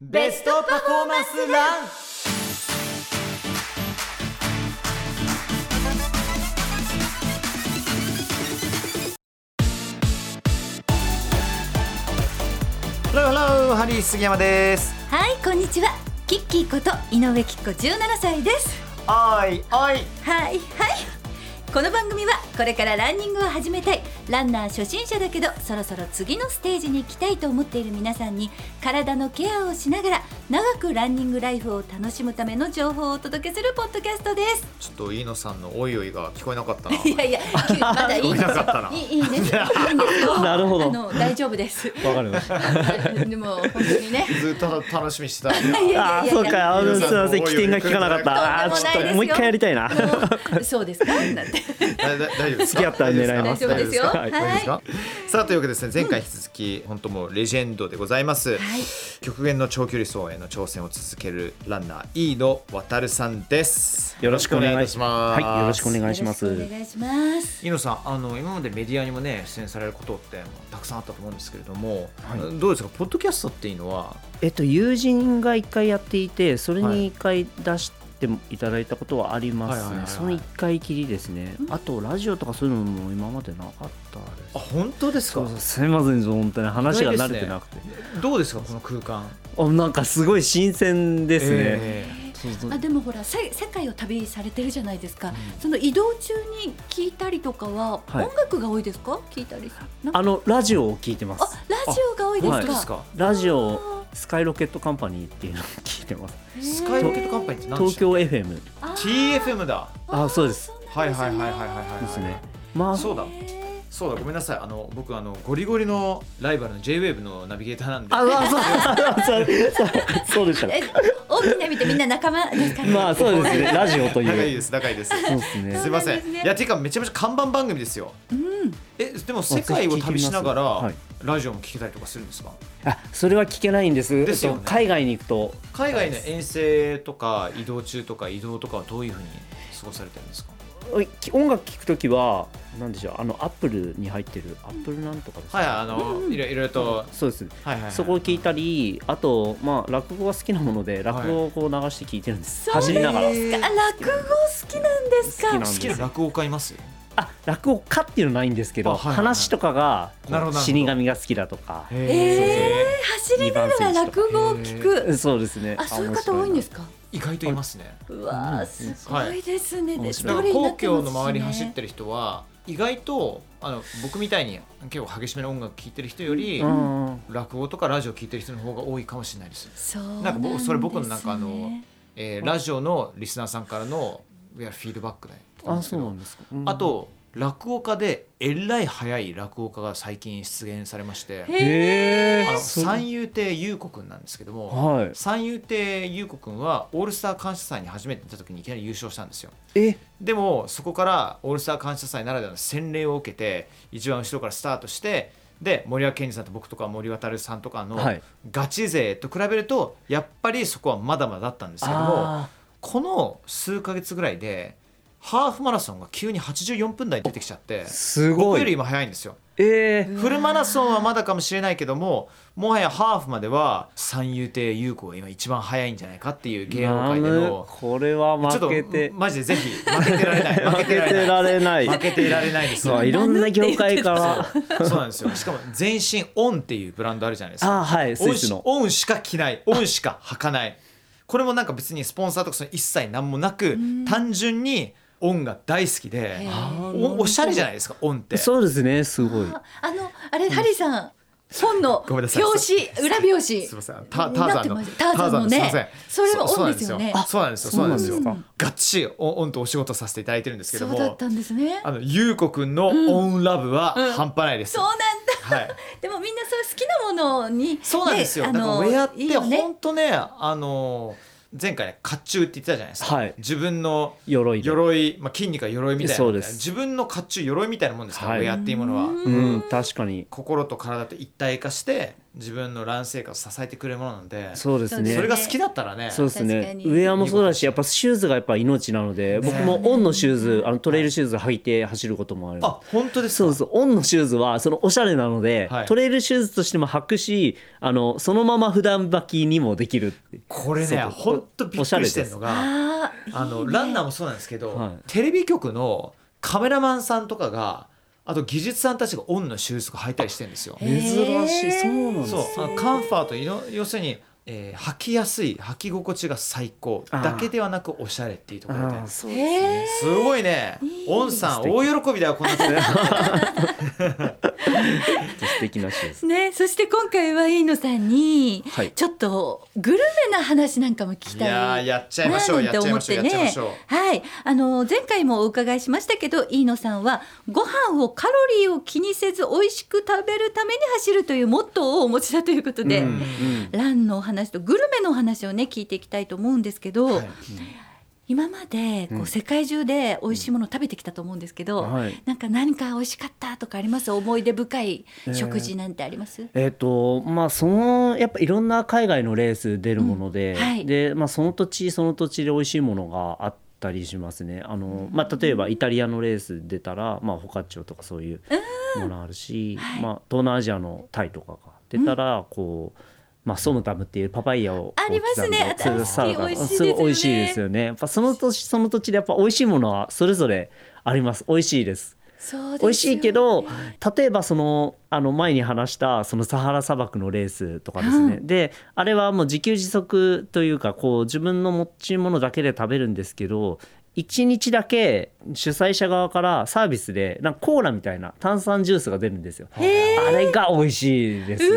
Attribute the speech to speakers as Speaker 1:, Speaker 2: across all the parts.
Speaker 1: ベストパフォーマンスランハローハローハリー杉山です
Speaker 2: はいこんにちはキッキーこと井上キッ子17歳です
Speaker 1: おいおい
Speaker 2: はいはいこの番組はこれからランニングを始めたいランナー初心者だけどそろそろ次のステージに行きたいと思っている皆さんに体のケアをしながら長くランニングライフを楽しむための情報をお届けするポッドキャストです
Speaker 1: ちょっと飯野さんのおいおいが聞こえなかったな
Speaker 2: いやいやきゅまだいい
Speaker 1: 聞こ
Speaker 2: ん
Speaker 1: え
Speaker 2: で
Speaker 1: な
Speaker 2: す
Speaker 1: かった
Speaker 2: い
Speaker 1: ない
Speaker 2: いいんですいいんですよ
Speaker 3: なるほど
Speaker 2: あの大丈夫です
Speaker 3: わかりました。
Speaker 2: でも本当にね
Speaker 1: ずっと楽しみにしてた
Speaker 2: いや
Speaker 3: ああ、そうか、あのすみません、起点が効かなかった。あ
Speaker 2: と
Speaker 3: ー
Speaker 2: ん
Speaker 3: ち
Speaker 2: でもないです
Speaker 3: ょっと
Speaker 2: よ
Speaker 3: もう一回やりたいな。
Speaker 2: もうそうですかなんて
Speaker 1: だだ大丈夫ですか
Speaker 3: 付き合ったら狙います
Speaker 2: 大丈夫ですよ
Speaker 1: 大丈夫ですか
Speaker 2: は
Speaker 1: さあというわけでですね前回引き続き、本当もうレジェンドでございます、
Speaker 2: はい
Speaker 1: 極限の長距離走への挑戦を続けるランナー E の渡るさんです
Speaker 3: よろしくお願いします。はい、よろしくお
Speaker 1: い
Speaker 3: 願いします。
Speaker 2: よろくお願いします
Speaker 1: 井野さんあの今までメディアにもね出演されることってたくさんあったと思うんですけれども、
Speaker 3: はい
Speaker 1: どうですかポッドキャストっていうのは
Speaker 3: えっと、友人が一回やっていて、それ
Speaker 1: はい
Speaker 3: に一回出していただいたことはありま
Speaker 1: はい
Speaker 3: す
Speaker 1: はいはいは
Speaker 3: ね。
Speaker 1: い
Speaker 3: その一回きりですね。あと、ラジオとかそういうのも今までなかったです。
Speaker 1: 本当です
Speaker 3: そうそうすみません、本当に話が慣れてなくて。
Speaker 1: どうですかこの空間
Speaker 3: あ、なんかすごい新鮮ですね。
Speaker 1: え
Speaker 3: そうそう
Speaker 2: あでもほらせ世界を旅されてるじゃないですか、その移動中に聞いたりとかは、
Speaker 3: はい
Speaker 2: 音楽が多いですか聞いたりなんか
Speaker 3: あの、ラジオを聞いてま
Speaker 2: あ
Speaker 3: す。
Speaker 2: ラジオが多い
Speaker 1: え
Speaker 2: ですか,、
Speaker 1: 本当ですか
Speaker 3: ラジオ、スカイロケットカンパニーっていうのを聞いてます。
Speaker 2: へー
Speaker 1: スカイロケットカンパニーって何でし
Speaker 3: 東
Speaker 1: たっ
Speaker 3: 京 FM
Speaker 2: あ
Speaker 1: け
Speaker 2: ー
Speaker 1: TFM だ
Speaker 3: あそうです
Speaker 2: な
Speaker 1: は
Speaker 2: ん
Speaker 1: いはいはいはいはいはい
Speaker 3: ですね。まあ
Speaker 1: そうだ
Speaker 2: へ
Speaker 1: そうだごめんなさいあの僕あのゴリゴリのライバルの JWAVE のナビゲーターなんで
Speaker 3: ああそう そうそうそうでした
Speaker 2: ーえ大きな見てみんな仲間ですかね
Speaker 3: まあそうですねラジオ とい
Speaker 1: 仲いいうです仲い いです
Speaker 3: そうですね
Speaker 1: すいませ
Speaker 2: そうなんで
Speaker 1: ん
Speaker 2: すね
Speaker 1: いやていうかめちゃめちゃ看板番組ですよ
Speaker 2: うん
Speaker 1: えでも世界を旅しながら、
Speaker 3: はい
Speaker 1: ラジオも聞けたりとかするんですか
Speaker 3: あそれは聞けないんです
Speaker 1: ですよね
Speaker 3: えっと海外に行くと
Speaker 1: 海外の遠征とか移動中とか移動とかはどういうふうに過ごされてるんですか
Speaker 3: おい音楽聞くときはなんでしょうあのアップルに入ってるアップルなんとかですか
Speaker 1: はいあの、いろいろと、
Speaker 3: そうですね
Speaker 1: はいはいはい
Speaker 3: そこを聞いたりあとまあ落語が好きなもので落語をこう流して聞いてるんです走りながら
Speaker 2: そうですかあ落語好きなんですか
Speaker 3: 好きなんで
Speaker 1: 好
Speaker 3: す
Speaker 1: きな落語家います
Speaker 3: あ落語家っていうのないんですけ
Speaker 1: あ
Speaker 3: ど
Speaker 1: はいはいはい
Speaker 3: 話とかがこう
Speaker 1: なるほどなるほ
Speaker 3: 死
Speaker 1: ど
Speaker 3: 神が好きだとか
Speaker 2: えー、走りながら落語を聞く
Speaker 3: そうですね。
Speaker 2: あそういう方多いんですか
Speaker 1: 意外といますね
Speaker 2: うわーすごいですね、
Speaker 3: は
Speaker 1: だ
Speaker 2: で
Speaker 3: い
Speaker 2: ど
Speaker 1: から
Speaker 2: れにな
Speaker 1: 皇
Speaker 2: って
Speaker 1: 居
Speaker 2: ますね
Speaker 1: の周り走ってる人は意外とあの僕みたいに結構激しめの音楽聴いてる人より、
Speaker 3: 面白いな。うん。
Speaker 1: 落語とかラジオ聴いてる人の方が多いかもしれないです、
Speaker 2: そうなん
Speaker 1: なんか僕それ僕のなんかあの
Speaker 2: ですね
Speaker 1: えーラジオのリスナーさんからのいやフィードバックだよ
Speaker 3: あ、そうなんですか。うん
Speaker 1: あ、と落語家でえらい早い落語家が最近出現されまして
Speaker 3: へ
Speaker 1: あの
Speaker 3: え。そう
Speaker 1: 三遊亭優子くんなんですけども
Speaker 3: はい。
Speaker 1: 三遊亭優子くんはオールスター感謝祭に初めて出た時にいきなり優勝したんですよ
Speaker 3: え、
Speaker 1: でもそこからオールスター感謝祭ならではの洗礼を受けて一番後ろからスタートしてで森脇健児さんと僕とか森渉さんとかの
Speaker 3: はい
Speaker 1: ガチ勢と比べるとやっぱりそこはまだまだだったんですけども
Speaker 3: あ
Speaker 1: この数ヶ月ぐらいでハーフマラソンが急に84分台出てきちゃって
Speaker 3: ー、すご
Speaker 1: 僕より
Speaker 3: い。
Speaker 1: 今早いんですよ
Speaker 3: えー
Speaker 1: フルマラソンはまだかもしれないけどももはやハーフまでは三遊亭優子が今一番早いんじゃないかっていう芸能界で
Speaker 3: なむ
Speaker 1: の
Speaker 3: これは
Speaker 1: ちょっ
Speaker 3: 負
Speaker 1: と
Speaker 3: けて
Speaker 1: マジでぜひ負けてられない負け
Speaker 3: 負
Speaker 1: て
Speaker 3: け
Speaker 1: られない
Speaker 3: てられない。
Speaker 1: 負けていられないです
Speaker 3: そういろんな業界から。
Speaker 1: そうなんですよしかも全身オンっていうブランドあるじゃないですか
Speaker 3: あ、はい、ス
Speaker 1: オ
Speaker 3: イ
Speaker 1: ン
Speaker 3: ス
Speaker 1: し
Speaker 3: の。
Speaker 1: オンしか着ないオンしか履かないこれもなんか別にスポンサーとかその一切何もなく単純にオンが大好きで
Speaker 2: へー
Speaker 1: おおしゃれじゃないですかオンって
Speaker 3: そうですね、すごい。
Speaker 2: ああのあれハリーさん本の
Speaker 1: ごめんな
Speaker 2: 表
Speaker 1: さい
Speaker 2: 紙裏表紙
Speaker 1: すみませんタターザンの
Speaker 2: なってますターザンの
Speaker 1: タ
Speaker 2: ね
Speaker 1: ーザンです
Speaker 2: そ
Speaker 1: いま
Speaker 2: れ
Speaker 1: せん
Speaker 2: もオンですよね
Speaker 1: そうなんですよそうなんですよ
Speaker 3: あ
Speaker 1: そう
Speaker 3: そ
Speaker 1: な
Speaker 3: うなんん
Speaker 1: で
Speaker 3: で
Speaker 1: よ
Speaker 3: す
Speaker 1: がっちりオンオンとお仕事させていただいてるんですけど
Speaker 2: そうだっ
Speaker 1: も
Speaker 2: たんですね
Speaker 1: あの優子くんのオンラブは半端ないです
Speaker 2: そうなんだ
Speaker 1: はい
Speaker 2: でもみんなそう好きなものに
Speaker 1: そうなんですよ。だからウェアって
Speaker 2: いいよね
Speaker 1: 本当ね、あの前回ね甲冑って言ってたじゃないですか。
Speaker 3: はい
Speaker 1: 自分の
Speaker 3: 鎧で。
Speaker 1: 鎧、まあ筋肉が鎧みたいな
Speaker 3: そうです
Speaker 1: 自分の甲冑鎧みたいなもんですから、
Speaker 3: はい
Speaker 1: ウェアっていうものは
Speaker 2: うん
Speaker 3: うん、確かに。
Speaker 1: 心と体と一体化して自分のラン生活を支えてくれるものなんでそ,、
Speaker 3: そうですね
Speaker 2: そ
Speaker 1: れが好きだったらね
Speaker 3: そうです
Speaker 2: 確か
Speaker 3: ね
Speaker 2: に
Speaker 3: ウェアもそうだしやっぱシューズがやっぱ命なので、僕もオンのシューズあのトレイルシューズ履いて走ることもある
Speaker 1: あ本当ですか
Speaker 3: そうそうオンのシューズはそのおしゃれなので、
Speaker 1: はい
Speaker 3: トレイルシューズとしても履くしあのそのまま普段履きにもできるって
Speaker 1: これね
Speaker 3: そう
Speaker 1: 本当びっくりしてるのが
Speaker 2: あー
Speaker 1: あのランナーもそうなんですけど、
Speaker 3: はい
Speaker 1: テレビ局のカメラマンさんとかがあと技術さんたちがオンのシューズとか履いたりしてるんですよ。
Speaker 2: へー珍しいそう
Speaker 3: なん
Speaker 1: そうあのカンファーといの要するに、えー履きやすい履き心地が最高
Speaker 3: あー
Speaker 1: だけではなくおしゃれっていうところで
Speaker 3: そう
Speaker 2: へえ
Speaker 1: すごいねオンさん
Speaker 3: 素敵
Speaker 1: 大喜びだよこ んなとこ
Speaker 3: 素敵なシューズ
Speaker 2: ね、そして今回は飯野さんに、
Speaker 3: はい
Speaker 2: ちょっとグルメな話なんかも聞き
Speaker 1: い
Speaker 2: たい
Speaker 1: やーやっちゃいましょうや
Speaker 2: な
Speaker 1: っち
Speaker 2: ん
Speaker 1: ゃ
Speaker 2: て
Speaker 1: い
Speaker 2: 思
Speaker 1: ま
Speaker 2: っ
Speaker 1: しょうや
Speaker 2: て
Speaker 1: っ
Speaker 2: ね
Speaker 1: ちゃいましょ
Speaker 2: はい、あの前回もお伺いしましたけど飯野さんはご飯をカロリーを気にせず美味しく食べるために走るというモットーをお持ちだということで、
Speaker 3: うんうん
Speaker 2: ランのお話とグルメのお話をね聞いていきたいと思うんですけど、
Speaker 1: う。はい
Speaker 2: 今までこ
Speaker 3: う
Speaker 2: うん世界中で美味しいものを食べてきたと思うんですけど、
Speaker 3: はい
Speaker 2: なんか何か美味しかったとかあります思い出深い食事なんてあります、
Speaker 3: えっとまあ、そのやっぱいろんな海外のレース出るもので,、
Speaker 2: うんはい
Speaker 3: でまあ、その土地その土地で美味しいものがあったりしますねあの、まあ、例えばイタリアのレース出たら、まあ、ホカッチョとかそういうものあるし、
Speaker 2: はい
Speaker 3: まあ、東南アジアのタイとかが出たら、こう。まあ、ソムタムっていうパパイヤを
Speaker 2: ありますね
Speaker 3: こう
Speaker 2: 私好
Speaker 3: 刻んで
Speaker 2: き
Speaker 3: サラダ
Speaker 2: 美味しいです
Speaker 3: す
Speaker 2: よね
Speaker 3: ごい美味しいですよねやっぱその土地その土地でやっぱ美味しいものはそれぞれあります美味しいです
Speaker 2: そうですよ
Speaker 3: 美味しいけど例えばそのあの前に話したそのサハラ砂漠のレースとかですね、
Speaker 2: う
Speaker 3: であれはもう自給自足というかこう自分の持ち物だけで食べるんですけど1日だけ主催者側からサービスでなんかコーラみたいな炭酸ジュースが出るんですよ。あれが美味しいですね。
Speaker 1: そ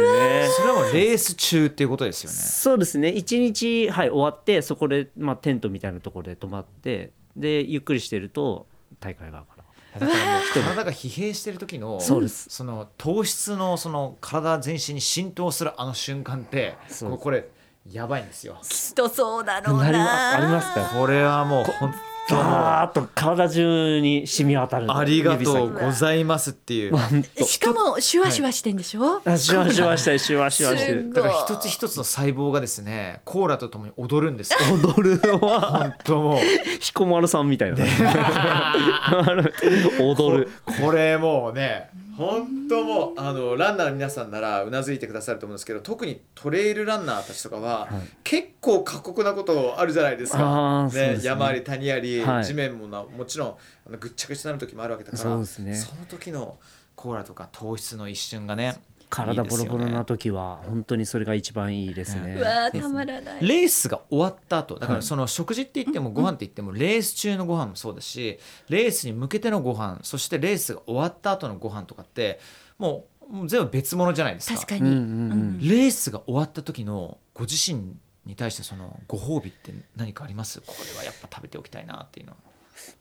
Speaker 1: れはもうレース中っていうことです よね。
Speaker 3: そうですね1日、はい、終わってそこで、まあ、テントみたいなところで泊まってでゆっくりしてると大会が上が
Speaker 1: だ
Speaker 3: る。
Speaker 1: からもう体が疲弊してる時の
Speaker 3: そうです
Speaker 1: その糖質のその体全身に浸透するあの瞬間って
Speaker 3: そう
Speaker 1: ここれやばいんですよ。
Speaker 2: きっとそうだろう
Speaker 3: なり
Speaker 2: な
Speaker 3: まありますか
Speaker 1: これはもう本
Speaker 3: ガーッと体中に染み渡る
Speaker 1: 当ありがとう
Speaker 3: 指
Speaker 1: ございますっていう。
Speaker 2: らしかもシュワシュワしてんでしょ、
Speaker 3: 先あシュワシュワしたりシュワシュワしてる
Speaker 1: だから一つ一つの細胞がですねコーラとともに踊るんですよ。
Speaker 3: 踊るのは
Speaker 1: 本当もう
Speaker 3: 彦摩呂さんみたいな あの踊る
Speaker 1: これもうね本当もうあのランナーの皆さんならうなずいてくださると思うんですけど特にトレイルランナーたちとかは、結構過酷なことあるじゃないです
Speaker 3: あ
Speaker 1: か
Speaker 3: ー、そうですね
Speaker 1: 山あり谷あり、
Speaker 3: はい
Speaker 1: 地面もなもちろんあのぐっちゃぐちゃになる時もあるわけだから
Speaker 3: そうですね
Speaker 1: その時のコーラとか糖質の一瞬がね
Speaker 3: 体ボロボ
Speaker 1: いいで
Speaker 3: ロ
Speaker 1: すよね
Speaker 3: な時は本当にそれが一番いいですね
Speaker 2: うわーたまらない
Speaker 1: レースが終わった後だか
Speaker 3: は
Speaker 1: ら
Speaker 3: い
Speaker 1: その食事って言ってもご飯って言ってもレース中のご飯もそうだしレースに向けてのご飯そしてレースが終わった後のご飯とかってもうもう全部別物じゃないですか
Speaker 2: 確か
Speaker 3: うん
Speaker 2: に、
Speaker 3: うんうん
Speaker 1: レースが終わった時のご自身に対してそのご褒美って何かありますこれはやっぱ食べておきたいなっていうの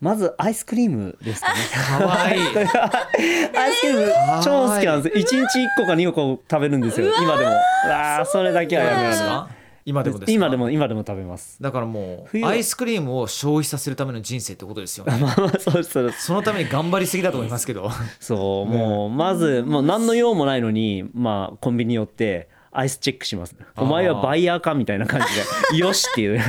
Speaker 3: まずアイスクリームですかね
Speaker 1: かわいい
Speaker 3: アイスクリーム 超好きなんです1日1個か2個食べるんですよ今でもわあそれだけはやめら
Speaker 1: で
Speaker 3: れ
Speaker 1: す
Speaker 3: な
Speaker 1: か今でもですか
Speaker 3: い今でも今でも食べます
Speaker 1: だからも
Speaker 3: 冬
Speaker 1: う
Speaker 3: は
Speaker 1: アイスクリームを消費させるための人生ってことですよね
Speaker 3: まあまあそうですそうです
Speaker 1: そのために頑張りすぎだと思いますけど
Speaker 3: そう、もうまずもう何の用もないのに、まあ、コンビニ寄ってアイスチェックします
Speaker 1: あー
Speaker 3: お前はバイヤーかみたいな感じ でよしっていう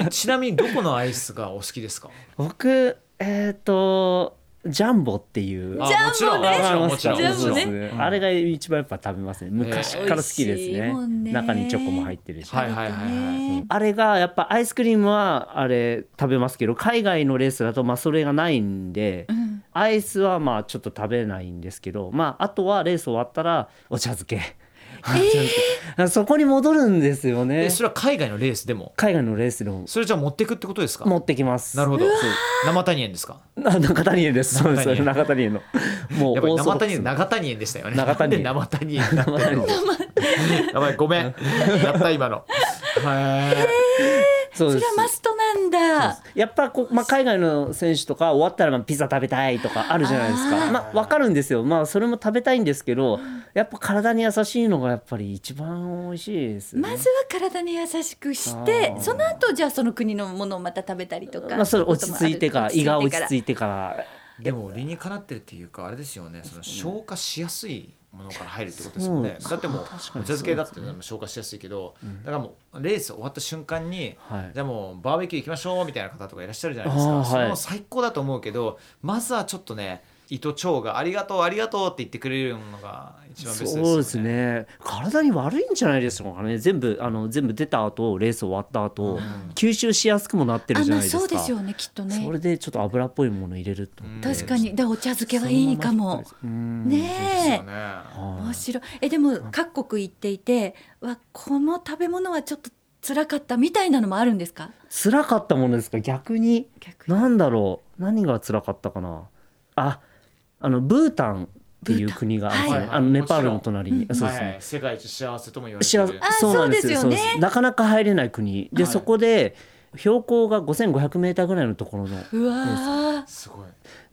Speaker 1: えちなみにどこのアイスがお好きですか
Speaker 3: 僕えっ、とジャンボっていう
Speaker 1: あ
Speaker 2: ジャンボ
Speaker 1: も
Speaker 2: ね
Speaker 1: ちろん
Speaker 3: わかりま
Speaker 1: も
Speaker 3: す
Speaker 1: ちろ
Speaker 3: か
Speaker 1: ん
Speaker 2: ジャンボ
Speaker 1: もちろんもちろ
Speaker 2: ね
Speaker 1: ん
Speaker 3: そうですあれが一番やっぱ食べますね昔から好きです
Speaker 2: 美味しい
Speaker 3: ね,、
Speaker 2: もんね
Speaker 3: 中にチョコも入ってるし、
Speaker 1: はいはいはいはい
Speaker 2: ね
Speaker 3: あれがやっぱアイスクリームはあれ食べますけど海外のレースだとまあそれがないんで、
Speaker 2: ん
Speaker 3: アイスはまあちょっと食べないんですけどまああとはレース終わったらお茶漬 け、そこに戻るんですよね
Speaker 1: えそれは海外のレースでも
Speaker 3: 海外のレースでも
Speaker 1: それじゃあ持ってくってことですか
Speaker 3: 持ってきます
Speaker 1: なるほど
Speaker 3: そう
Speaker 1: 生谷園ですか
Speaker 3: な中谷園ですそうです
Speaker 1: 中谷園
Speaker 3: 中谷園のもう
Speaker 1: やっぱり
Speaker 3: オーソド
Speaker 1: 生
Speaker 3: ック
Speaker 1: 谷
Speaker 3: ス
Speaker 1: 園
Speaker 3: な
Speaker 1: 長谷園でしたよね
Speaker 3: 長谷園
Speaker 1: なんで生谷園だったの
Speaker 3: 生
Speaker 1: やばいごめ んやった今のへえ
Speaker 3: そう
Speaker 2: それ
Speaker 3: です
Speaker 2: はマストなんだ
Speaker 3: やっぱこう、まあ、海外の選手とか終わったらまあピザ食べたいとかあるじゃないですかまあわかるんですよまあそれも食べたいんですけどやっぱ体に優しいのがやっぱり一番美味しいですね
Speaker 2: まずは体に優しくして
Speaker 3: あー
Speaker 2: その後じゃあその国のものをまた食べたりとか、
Speaker 3: まあそれ落ち着いてから胃が落ち
Speaker 2: いて
Speaker 3: 着いてから
Speaker 1: でも理にかなってるっていうかあれですよねその消化しやすいものから入るってことですよね
Speaker 3: そう
Speaker 1: だってもう
Speaker 3: 確かにそう
Speaker 1: お茶漬けだって消化しやすいけど、だからもうレース終わった瞬間に、
Speaker 3: はい
Speaker 1: じゃあもうバーベキュー行きましょうみたいな方とかいらっしゃるじゃないです
Speaker 3: あー
Speaker 1: か、
Speaker 3: はい
Speaker 1: それも最高だと思うけどまずはちょっとね伊藤蝶が「ありがとうありがとう」って言ってくれるのが一番ベストですよね。
Speaker 3: そうですね体に悪いんじゃないですかね全部あの全部出た後レース終わった後、吸収しやすくもなってる
Speaker 2: あ
Speaker 3: じゃ
Speaker 2: ま
Speaker 3: な
Speaker 2: あ
Speaker 3: いですか
Speaker 2: そうですよねきっと
Speaker 3: そ
Speaker 2: ね
Speaker 3: れでちょっと油っぽいもの入れると、
Speaker 1: うん
Speaker 2: 確かにだからお茶漬けはいいかも
Speaker 3: そのまま
Speaker 2: ね
Speaker 3: です
Speaker 1: ですよ
Speaker 2: え
Speaker 1: ね
Speaker 3: うんはい
Speaker 2: 面白いえでも各国行っていてわこの食べ物はちょっと辛かったみたいなのもあるんですか
Speaker 3: 辛かったものですか逆に
Speaker 2: 逆に
Speaker 3: なんだろう何が辛かったかなああのブータンっていう国があるんですね
Speaker 1: ブータン
Speaker 3: あのネパールの隣に、
Speaker 2: も
Speaker 3: そうですね、
Speaker 1: はい世界一幸せとも言われて
Speaker 3: 幸
Speaker 1: る
Speaker 3: せ
Speaker 2: あ
Speaker 3: そうなんです
Speaker 2: そうで
Speaker 3: よ
Speaker 2: すよね
Speaker 3: そうですなかなか入れない国で、
Speaker 1: はい
Speaker 3: そこで標高が5500メーターぐらいのところの
Speaker 2: うわー
Speaker 1: すごい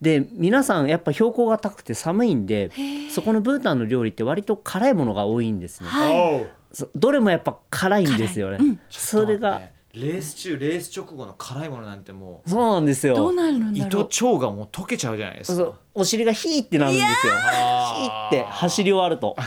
Speaker 3: で皆さんやっぱ標高が高くて寒いんでそこのブータンの料理って割と辛いものが多いんですね
Speaker 2: はい
Speaker 1: おう
Speaker 3: そどれもやっぱ辛いんですよね、
Speaker 2: 辛いうん
Speaker 3: そ
Speaker 1: ちょっ
Speaker 3: れが、
Speaker 1: と待ってレース中レース直後の辛いものなんても
Speaker 3: そうなんです
Speaker 2: どう
Speaker 3: よ
Speaker 2: なる
Speaker 1: う
Speaker 2: んだ
Speaker 1: 糸
Speaker 2: ろ
Speaker 1: 腸がもう溶けちゃうじゃないです
Speaker 3: そう
Speaker 1: か
Speaker 3: お尻がヒーってなるんですよヒーって走り終わると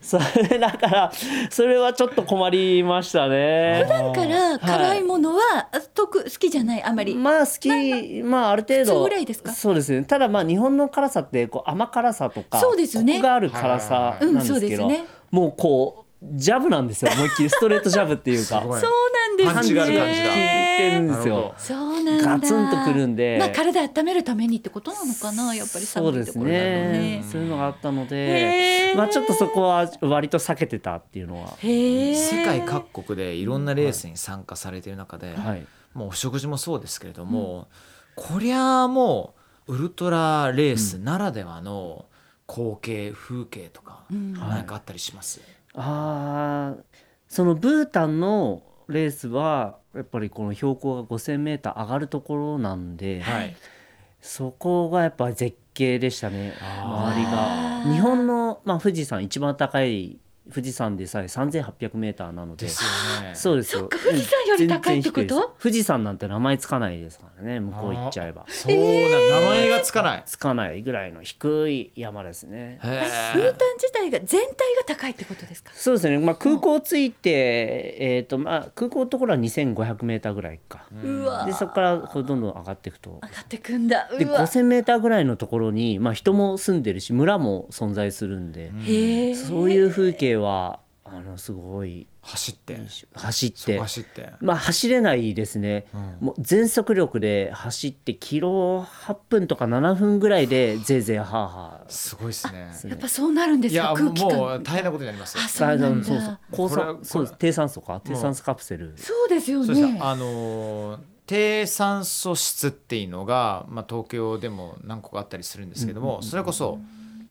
Speaker 3: それだからそれはちょっと困りましたね
Speaker 2: うだから辛いものはあ得好きじゃないあまり
Speaker 3: まあ好き、まあある程
Speaker 2: 普通
Speaker 3: 度
Speaker 2: ぐらいですか
Speaker 3: そうですね。ただまあ日本の辛さってこう甘辛さとか、
Speaker 2: そうですよね
Speaker 3: コクがある辛さ
Speaker 2: うん
Speaker 3: なんですけど、
Speaker 2: そうですね
Speaker 3: もうこうジャブなんですよ。思いっきりストレートジャブっていう か、
Speaker 1: すごい
Speaker 2: そうな
Speaker 1: パ
Speaker 2: ん
Speaker 1: ン
Speaker 2: です
Speaker 1: チがある感じだ
Speaker 3: ってるん
Speaker 2: ね
Speaker 3: で
Speaker 1: な
Speaker 3: す
Speaker 1: るほ
Speaker 3: よ
Speaker 1: ど。
Speaker 2: そうなんだ
Speaker 3: ガツンとくるんで
Speaker 2: まあ体温めるためにってことなのかなやっぱり
Speaker 3: そう
Speaker 2: 寒い
Speaker 3: で
Speaker 2: と
Speaker 3: す
Speaker 2: ころだと
Speaker 3: ね
Speaker 2: ね。
Speaker 3: そういうのがあったの
Speaker 2: へ
Speaker 3: で
Speaker 2: ー、
Speaker 3: まあちょっとそこは割と避けてたっていうのは、
Speaker 2: へえ
Speaker 1: 世界各国でいろんなレースに参加されてる中で、
Speaker 3: はい。
Speaker 1: もうお食事もそうですけれども、こりゃあもうウルトラレースならではの光景風景とか
Speaker 2: うん
Speaker 1: 何かあったりします、
Speaker 3: あーそのブータンのレースはやっぱりこの標高が 5,000m 上がるところなんで、
Speaker 1: はい
Speaker 3: そこがやっぱ絶景でしたね
Speaker 1: あ
Speaker 3: 周り
Speaker 2: あ
Speaker 3: が
Speaker 2: ー
Speaker 3: 日本の、まあ、富士山一番高い富士山でさえ 3800m なので
Speaker 1: ですよね
Speaker 3: そうですよ
Speaker 2: そっか富士山より高いってこと
Speaker 3: 全然低です富士山なんて名前つかないですからね向こう行っちゃえば
Speaker 1: そうなん名前がつかない、
Speaker 3: つかないぐらいの低い山ですね
Speaker 1: へ
Speaker 2: あ
Speaker 1: え
Speaker 2: ブータン自体が全体が高いってことですか
Speaker 3: そうですね、まあ、空港着いて、えーとまあ、空港のところは 2500m ぐらいか
Speaker 2: うわ
Speaker 3: でそこからこうどんどん上がっていく
Speaker 2: 上
Speaker 3: と
Speaker 2: がってくんだ
Speaker 3: で
Speaker 2: うわ
Speaker 3: 5000m ぐらいのところに、まあ、人も住んでるし村も存在するんで、
Speaker 2: へえ
Speaker 3: そういう風景はあのすごい
Speaker 1: 走って
Speaker 3: 走っ
Speaker 1: そこ
Speaker 3: て
Speaker 1: 走って
Speaker 3: まあ走れないですね、
Speaker 1: うん
Speaker 3: もう全速力で走ってキロ8分とか7分ぐらいでぜいぜいはーはー
Speaker 1: すごいですね
Speaker 2: やっぱそうなるんで
Speaker 1: い
Speaker 2: すよ
Speaker 1: やも
Speaker 2: 空
Speaker 1: う
Speaker 2: 気感
Speaker 1: もう大変なことになりますよ
Speaker 2: あそうなんだ
Speaker 3: そうそう高
Speaker 1: これはこ
Speaker 3: 酸
Speaker 1: れ
Speaker 3: そうです低酸素か低酸素カプセル、
Speaker 2: そうですよ
Speaker 1: そうです
Speaker 2: ね
Speaker 1: ねあのー低酸素質っていうのが、まあ、東京でも何個かあったりするんですけども、それこそ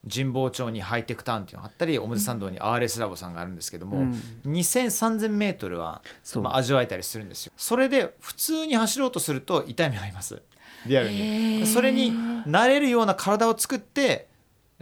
Speaker 1: 神保町にハイテクタウンっていうのがあったり表参道に RS ラボさんがあるんですけども、
Speaker 3: うん
Speaker 1: 20003000メートルは、
Speaker 3: そう
Speaker 1: まあ、味わえたりするんですよそれで普通に走ろうとすると痛みがありますリアル
Speaker 2: へー
Speaker 1: にそれに慣れるような体を作って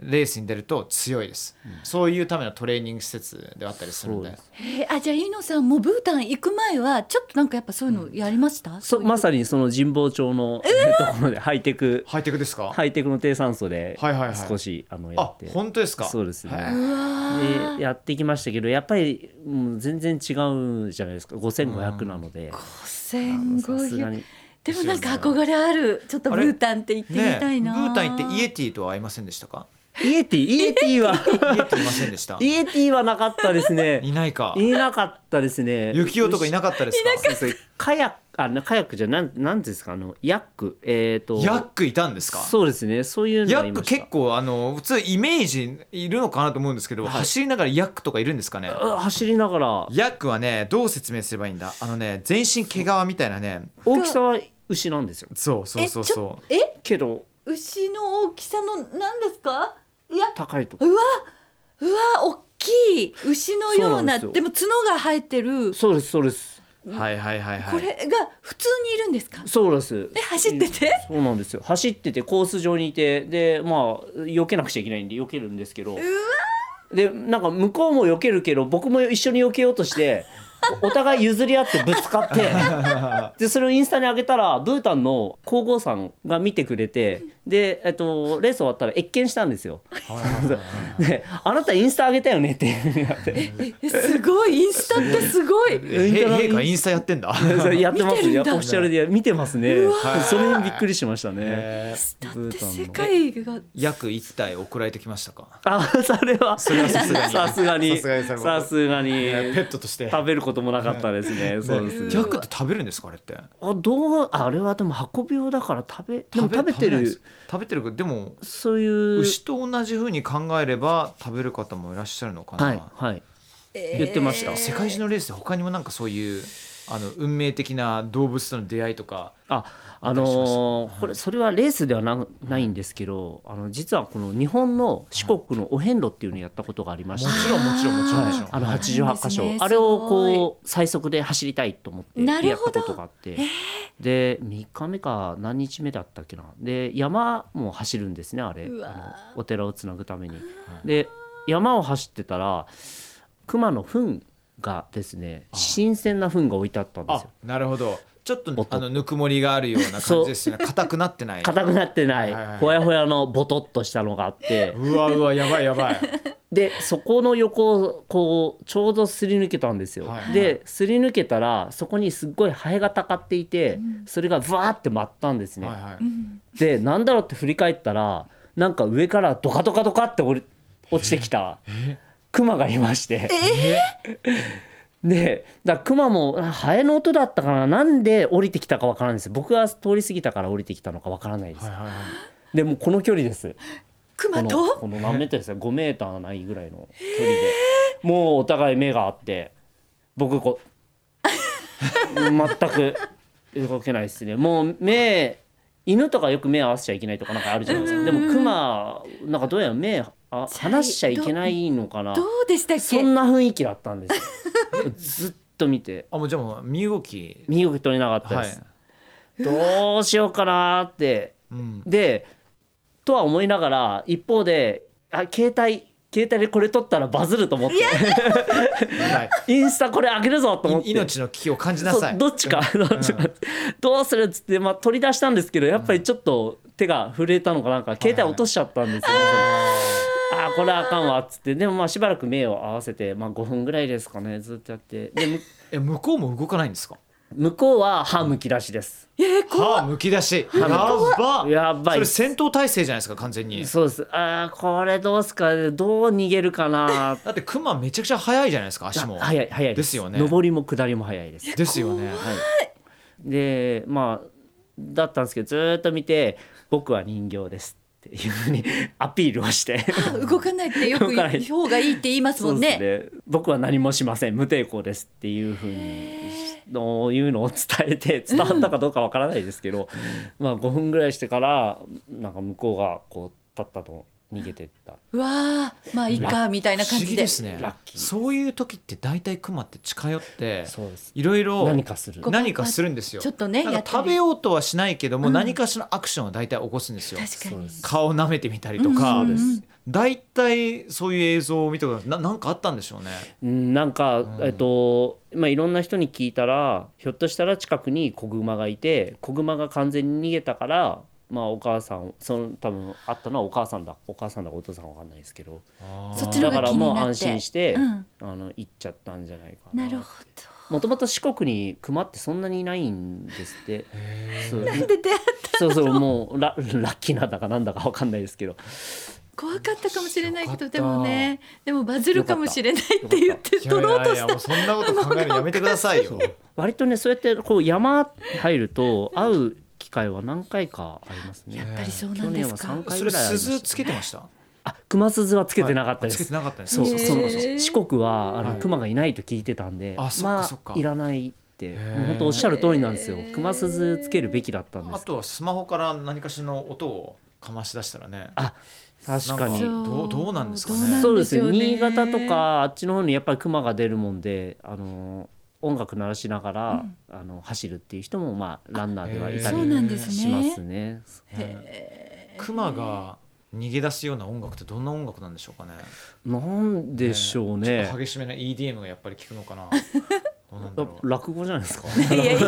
Speaker 1: レースに出ると強いです、そういうためのトレーニング施設であったりするので
Speaker 3: そうで
Speaker 2: へえあじゃあ飯野さんもブータン行く前はちょっとなんかやっぱそういうのやりました、
Speaker 3: そ
Speaker 2: そうう
Speaker 3: まさにその神保町の、ところでハイテク
Speaker 1: ハイテクですか、
Speaker 3: ハイテクの低酸素で
Speaker 1: はいはいはい
Speaker 3: 少しあのや
Speaker 1: あ
Speaker 3: って、
Speaker 1: 本当ですか
Speaker 3: そうですね
Speaker 1: へー
Speaker 2: うわー
Speaker 3: でやってきましたけどやっぱりもう全然違うじゃないですか5500なので、
Speaker 2: 戦後
Speaker 3: さすがに
Speaker 2: でもなんか憧れあるちょっとブータンって行ってみ
Speaker 1: ねえ
Speaker 2: たいな、
Speaker 1: ブータン行ってイエティとは会いませんでしたか
Speaker 3: イエティイエティは
Speaker 1: イエティいませんでした
Speaker 3: イエティはなかったです
Speaker 1: い
Speaker 3: ね
Speaker 1: ないか
Speaker 3: いなかったですね
Speaker 1: 雪男い
Speaker 3: な
Speaker 1: なかったですか
Speaker 3: カヤックあなカヤックじゃなんなんていうんですかあのヤックえっ、と
Speaker 1: ヤックいたんですか
Speaker 3: そうですねそういうの
Speaker 1: ヤ
Speaker 3: がい
Speaker 1: ッ
Speaker 3: ま
Speaker 1: ク
Speaker 3: した
Speaker 1: 結構あの普通イメージいるのかなと思うんですけど、走りながらヤックとかいるんですかね
Speaker 3: あ走りながら
Speaker 1: ヤックはねどう説明すればいいんだあのね全身毛皮みたいなね
Speaker 3: 大きさは牛なんですよ
Speaker 1: そうそう
Speaker 2: え
Speaker 1: そう
Speaker 2: ちょ
Speaker 1: そう
Speaker 2: え
Speaker 3: けど
Speaker 2: 牛の大きさの何ですかいや
Speaker 3: 高いと
Speaker 2: うわうわ大きい牛のような
Speaker 3: そうなんですよ
Speaker 2: でも角が生えてる
Speaker 3: そうですそうです
Speaker 1: はいはいはいはい
Speaker 2: これが普通にいるんですか
Speaker 3: そうです
Speaker 2: え走ってて
Speaker 3: そうなんですよ走っててコース上にいてでまあ避けなくちゃいけないんで避けるんですけどでなんか向こうも避けるけど僕も一緒に避けようとしておお互い譲り合ってぶつか ってでそれをインスタに上げたらブータンの皇后さんが見てくれてで、えっと、レース終わったら謁見したんですよ
Speaker 1: はいはいはい
Speaker 3: で「あなたインスタ上げたよね」って言われて
Speaker 2: えすごいインスタってすごい
Speaker 1: えへ陛下インスタやってんだ。
Speaker 3: やってます
Speaker 2: 見てる
Speaker 3: よ
Speaker 2: んだ
Speaker 3: オフィシャルで見てますね
Speaker 2: うわ
Speaker 1: ー
Speaker 3: それにびっくりしましたね
Speaker 1: えー
Speaker 2: だって世界が
Speaker 1: 約一体送られてきましたか。
Speaker 3: あ それは
Speaker 1: それはさすがに
Speaker 3: さすがに
Speaker 1: さすがにそれは
Speaker 3: さすがに
Speaker 1: ットとして
Speaker 3: 食べることもなかったですねそうですね
Speaker 1: 逆って食べるんですかあれって。
Speaker 3: あどうあれはでも運び用だから食べでも食べて
Speaker 1: ないです
Speaker 3: る
Speaker 1: 食べてるけどでも
Speaker 3: そういう
Speaker 1: 牛と同じ風に考えれば食べる方もいらっしゃるのかな。
Speaker 3: はいはい
Speaker 2: 言
Speaker 3: 言ってました
Speaker 1: 世界中のレースで他にもなんかそういうあの運命的な動物との出会いとか。
Speaker 3: ああのーこれそれはレースではなないんですけどあの実はこの日本の四国のお遍路っていうのをやったことがありま
Speaker 1: も
Speaker 3: し
Speaker 1: ち
Speaker 3: て、
Speaker 1: ろんもちろんもちろんもちろん。
Speaker 3: あの
Speaker 1: はい
Speaker 3: 88箇所、
Speaker 2: そうなんですね
Speaker 3: あれを
Speaker 2: すご
Speaker 3: こう最速で走りたいと思って
Speaker 2: な
Speaker 3: や
Speaker 2: る
Speaker 3: っ
Speaker 2: ほ
Speaker 3: た
Speaker 2: ど
Speaker 3: ことがあって、で3日目か何日目だったっけなで山も走るんですねあれ
Speaker 2: うわー
Speaker 3: あのお寺をつなぐために。で山を走ってたら熊の糞がですね新鮮な糞が置いてあったんで
Speaker 1: あ
Speaker 3: すよ。
Speaker 1: なるほど。ちょっと
Speaker 3: ボト
Speaker 1: あのぬくもりがあるような感じですね。硬くなってない。
Speaker 3: 硬くなってな
Speaker 1: はいはい
Speaker 3: いほやほやのボトッとしたのがあって
Speaker 1: うわうわやばいやばい。
Speaker 3: でそこの横をこうちょうどすり抜けたんですよ、
Speaker 1: はいはい
Speaker 3: ですり抜けたらそこにすっごいハエがたかっていて、それがブワーって舞ったんですね、
Speaker 1: はいはい。
Speaker 3: でなんだろうって振り返ったらなんか上からドカドカドカって落り落ちてきたクマがいまして でだからクマもあハエの音だったからなんで降りてきたかわからないです僕が通り過ぎたから降りてきたのかわからないです、
Speaker 1: はいはいはい。
Speaker 3: でもうこの距離ですこ
Speaker 2: 熊
Speaker 3: の
Speaker 2: と
Speaker 3: この何メートルですか5メーターないぐらいの距離で、もうお互い目があって僕こう 全く動けないですねもう目犬とかよく目合わせちゃいけないとかなんかあるじゃないですかでもクマなんかどうやら目あ離しちゃいけないのかな
Speaker 2: どうでしたっ
Speaker 3: そ
Speaker 2: け
Speaker 3: んな雰囲気だったん ですよずっと見て
Speaker 1: あもうじゃあもう身動き。
Speaker 3: 身動き取れなかった
Speaker 1: は
Speaker 3: で
Speaker 1: い
Speaker 3: す、。どうしようかなーって
Speaker 1: うん。
Speaker 3: でとは思いながら一方であ携帯携帯でこれ撮ったらバズると思って
Speaker 1: はい。
Speaker 3: インスタこれ上げるぞと思って
Speaker 1: い命の危機を感じなさ
Speaker 3: そう
Speaker 1: い。
Speaker 3: どっちか、
Speaker 1: うん
Speaker 3: どっちか どうするっつって、まあ、取り出したんですけどやっぱりちょっと手が震えたのかなんか携帯落としちゃったんですよ、ああーこれあかんわっつってでもまあしばらく目を合わせて、まあ、5分ぐらいですかねずっとやってでむ
Speaker 1: え向こうも動かないんですか。
Speaker 3: 向こうは歯むき出しです
Speaker 2: えー、
Speaker 1: 歯むき出し。やば。
Speaker 3: やばい
Speaker 1: それ戦闘態勢じゃないですか完全に。
Speaker 3: そうですああこれどうすかどう逃げるかな ー
Speaker 1: だってクマめちゃくちゃ速いじゃないですか足も。
Speaker 3: 早い早い
Speaker 1: ですよね
Speaker 3: 上りも下りも早いです
Speaker 1: ですよね。
Speaker 3: でまあだったんですけどずーっと見て「僕は人形です」っていうふうに アピールをして
Speaker 2: 怖っ動かないってよく
Speaker 3: 動かな
Speaker 2: 言
Speaker 3: い
Speaker 2: う方がいいって言いますもんね
Speaker 3: ですね僕は何もしません無抵抗ですっていうふうにのいうのを伝えて伝わったかどうかわからないですけど、まあ5分ぐらいしてからなんか向こうがこうパッパと逃げてった
Speaker 2: うわーまあいいかみたいな
Speaker 1: 不
Speaker 2: 感
Speaker 1: 思
Speaker 2: じ
Speaker 1: 議
Speaker 2: で
Speaker 1: ですね
Speaker 3: ラッキー
Speaker 1: そういう時って大体クマって近寄って
Speaker 3: そうです
Speaker 1: いろいろ
Speaker 3: 何かする
Speaker 2: こ
Speaker 1: 何かするんですよ
Speaker 2: ちょっとね
Speaker 1: なん
Speaker 2: や
Speaker 1: か
Speaker 2: って
Speaker 1: 食
Speaker 2: みる
Speaker 1: べようとはしないけども、何かしらアクションを大体起こすんですよ
Speaker 2: 確か
Speaker 3: そう
Speaker 2: に
Speaker 3: です
Speaker 1: 顔舐めてみたりとか、
Speaker 2: うんうんうん
Speaker 1: 大体そういう映像を見てくださいななんかあったんでしょうね
Speaker 3: うんなんか、えっとまあ、いろんな人に聞いたらひょっとしたら近くに子グマがいて子グマが完全に逃げたから、まあ、お母さんその多分あったのはお母さんだお母さんだかお父さんかわかんないですけど
Speaker 2: そっちの
Speaker 3: だ
Speaker 2: 方が
Speaker 3: から
Speaker 2: 気になっ
Speaker 3: もう
Speaker 2: て
Speaker 3: 安心して、
Speaker 2: うん
Speaker 3: あの行っちゃったんじゃないか
Speaker 2: なるほ
Speaker 3: もともと四国にクマってそんなにいないんですってそう
Speaker 2: どで出会った
Speaker 3: そうそうもうララッキーなんだかなんだかわかんないですけど
Speaker 2: 怖かったかもしれないけ
Speaker 1: よか
Speaker 2: ど
Speaker 1: った
Speaker 2: でもねでもバズるかもしれないって言って
Speaker 1: いやい
Speaker 2: 取ろうと
Speaker 1: やい
Speaker 2: し
Speaker 1: や
Speaker 2: た
Speaker 1: もうそんなこと考えるのやめてください よ
Speaker 3: 割とねそうやってこう山入ると会う機会は何回かありますね。
Speaker 2: やっぱりそうな
Speaker 3: 去
Speaker 2: んで
Speaker 3: 年
Speaker 2: す
Speaker 3: は
Speaker 2: か
Speaker 3: 3回
Speaker 1: そ
Speaker 3: ぐ
Speaker 1: れ
Speaker 3: らいありました
Speaker 1: 鈴つけてました
Speaker 3: あ熊鈴はつけてなかったで
Speaker 1: つけ
Speaker 3: す、
Speaker 1: てなかったんです
Speaker 3: そう
Speaker 2: へー
Speaker 3: そうなんですよ四国はあの、
Speaker 1: はい
Speaker 3: 熊がいないと聞いてたんで
Speaker 1: あそっか
Speaker 3: ま
Speaker 1: そっか
Speaker 3: いらないって
Speaker 1: ー
Speaker 3: もう本当おっしゃる通りなんですよ熊鈴つけるべきだったんで
Speaker 1: あ
Speaker 3: す
Speaker 1: とはスマホから何かしらの音をかまし出したらね
Speaker 3: あ確か
Speaker 1: な
Speaker 3: に
Speaker 1: んかどうどうなんですかね
Speaker 2: どなん
Speaker 3: そうで
Speaker 2: ですしょ
Speaker 3: よ
Speaker 2: うね
Speaker 3: 新潟とかあっちの方にやっぱり熊が出るもんであの音楽鳴らしながら、あの走るっていう人もまあランナーではいた
Speaker 2: そう
Speaker 3: り
Speaker 2: なんです
Speaker 3: し
Speaker 2: ね
Speaker 3: ますね。
Speaker 1: クマが逃げ出すような音楽ってどんな音楽なんでしょうかね
Speaker 3: なんでしょう
Speaker 1: ちょ
Speaker 3: ね
Speaker 1: っと。激しめな EDM がやっぱり聞くのか などうなんだ
Speaker 3: や
Speaker 1: ろ
Speaker 3: っぱ 落語じゃないですか。
Speaker 2: いやいや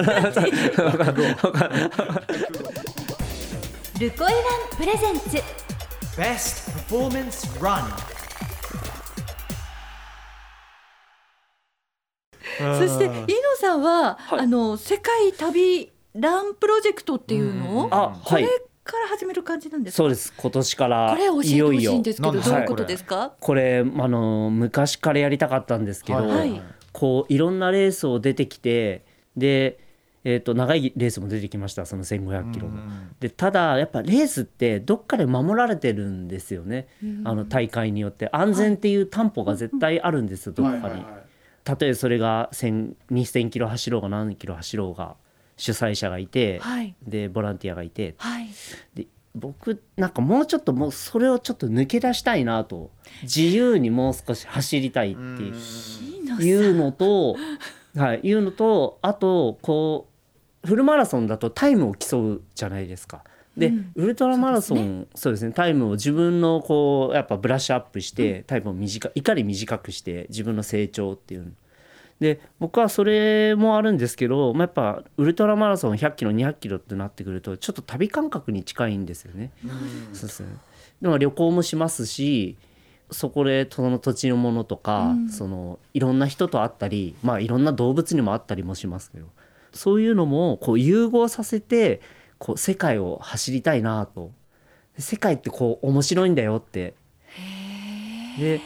Speaker 2: ルコイワンプレゼンツ
Speaker 4: Best performance run.
Speaker 2: そして飯野さんは、
Speaker 3: はい
Speaker 2: あの世界旅ランプロジェクトっていうのを
Speaker 1: うん
Speaker 3: あ
Speaker 2: こ
Speaker 3: は
Speaker 2: れ
Speaker 3: い
Speaker 2: から始める感じなんですか、
Speaker 3: そうです今年か
Speaker 2: こ
Speaker 3: ら
Speaker 2: れ教え
Speaker 3: い
Speaker 2: て
Speaker 3: よ
Speaker 2: ほ
Speaker 3: い
Speaker 2: しい
Speaker 3: よ
Speaker 2: んですけど
Speaker 1: いよいよ
Speaker 2: どういうことですか
Speaker 3: これあの昔からやりたかったんですけど、
Speaker 2: はいはい
Speaker 3: こういろんなレースを出てきてで、えー、と長いレースも出てきましたその1500キロも。でただやっぱレースってどっかで守られてるんですよね、あの大会によって安全っていう担保が絶対あるんですよ、どっかに。たとえそれが1000 2000キロ走ろうが何キロ走ろうが主催者がいて、
Speaker 2: はい
Speaker 3: でボランティアがいて
Speaker 2: はい
Speaker 3: で僕なんかもうちょっともうそれをちょっと抜け出したいなと自由にもう少し走りたいってい
Speaker 2: 飯
Speaker 3: う。
Speaker 2: 野さん
Speaker 3: いう のと、はい、いうのとあとこうフルマラソンだとタイムを競うじゃないですか。で、
Speaker 2: うん
Speaker 3: ウルトラマラソンそうですねタイムを自分のこうやっぱブラッシュアップして、タイムを短いかに短くして自分の成長っていうので僕はそれもあるんですけど、まあ、やっぱウルトラマラソン100キロ200キロってなってくるとちょっと旅感覚に近いんですよね。そうですねでも旅行もしますしそこでその土地のものとか、そのいろんな人と会ったり、まあ、いろんな動物にも会ったりもしますけどそういうのもこう融合させてこう世界を走りたいなと世界ってこう面白いんだよって。で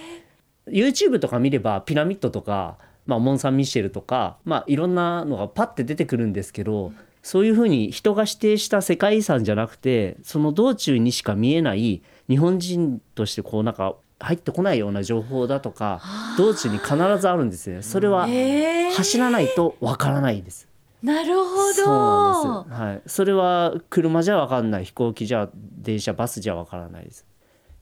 Speaker 3: YouTube とか見ればピラミッドとか、まあ、モン・サン・ミシェルとか、まあ、いろんなのがパッて出てくるんですけど、そういうふうに人が指定した世界遺産じゃなくてその道中にしか見えない日本人としてこうなんか入ってこないような情報だとか道中に必ずあるんですね。それは
Speaker 2: えー
Speaker 3: 走らないとわからないです。
Speaker 2: なるほど
Speaker 3: そうなんです、はい、それは車じゃ分かんない飛行機じゃ電車バスじゃ分からないです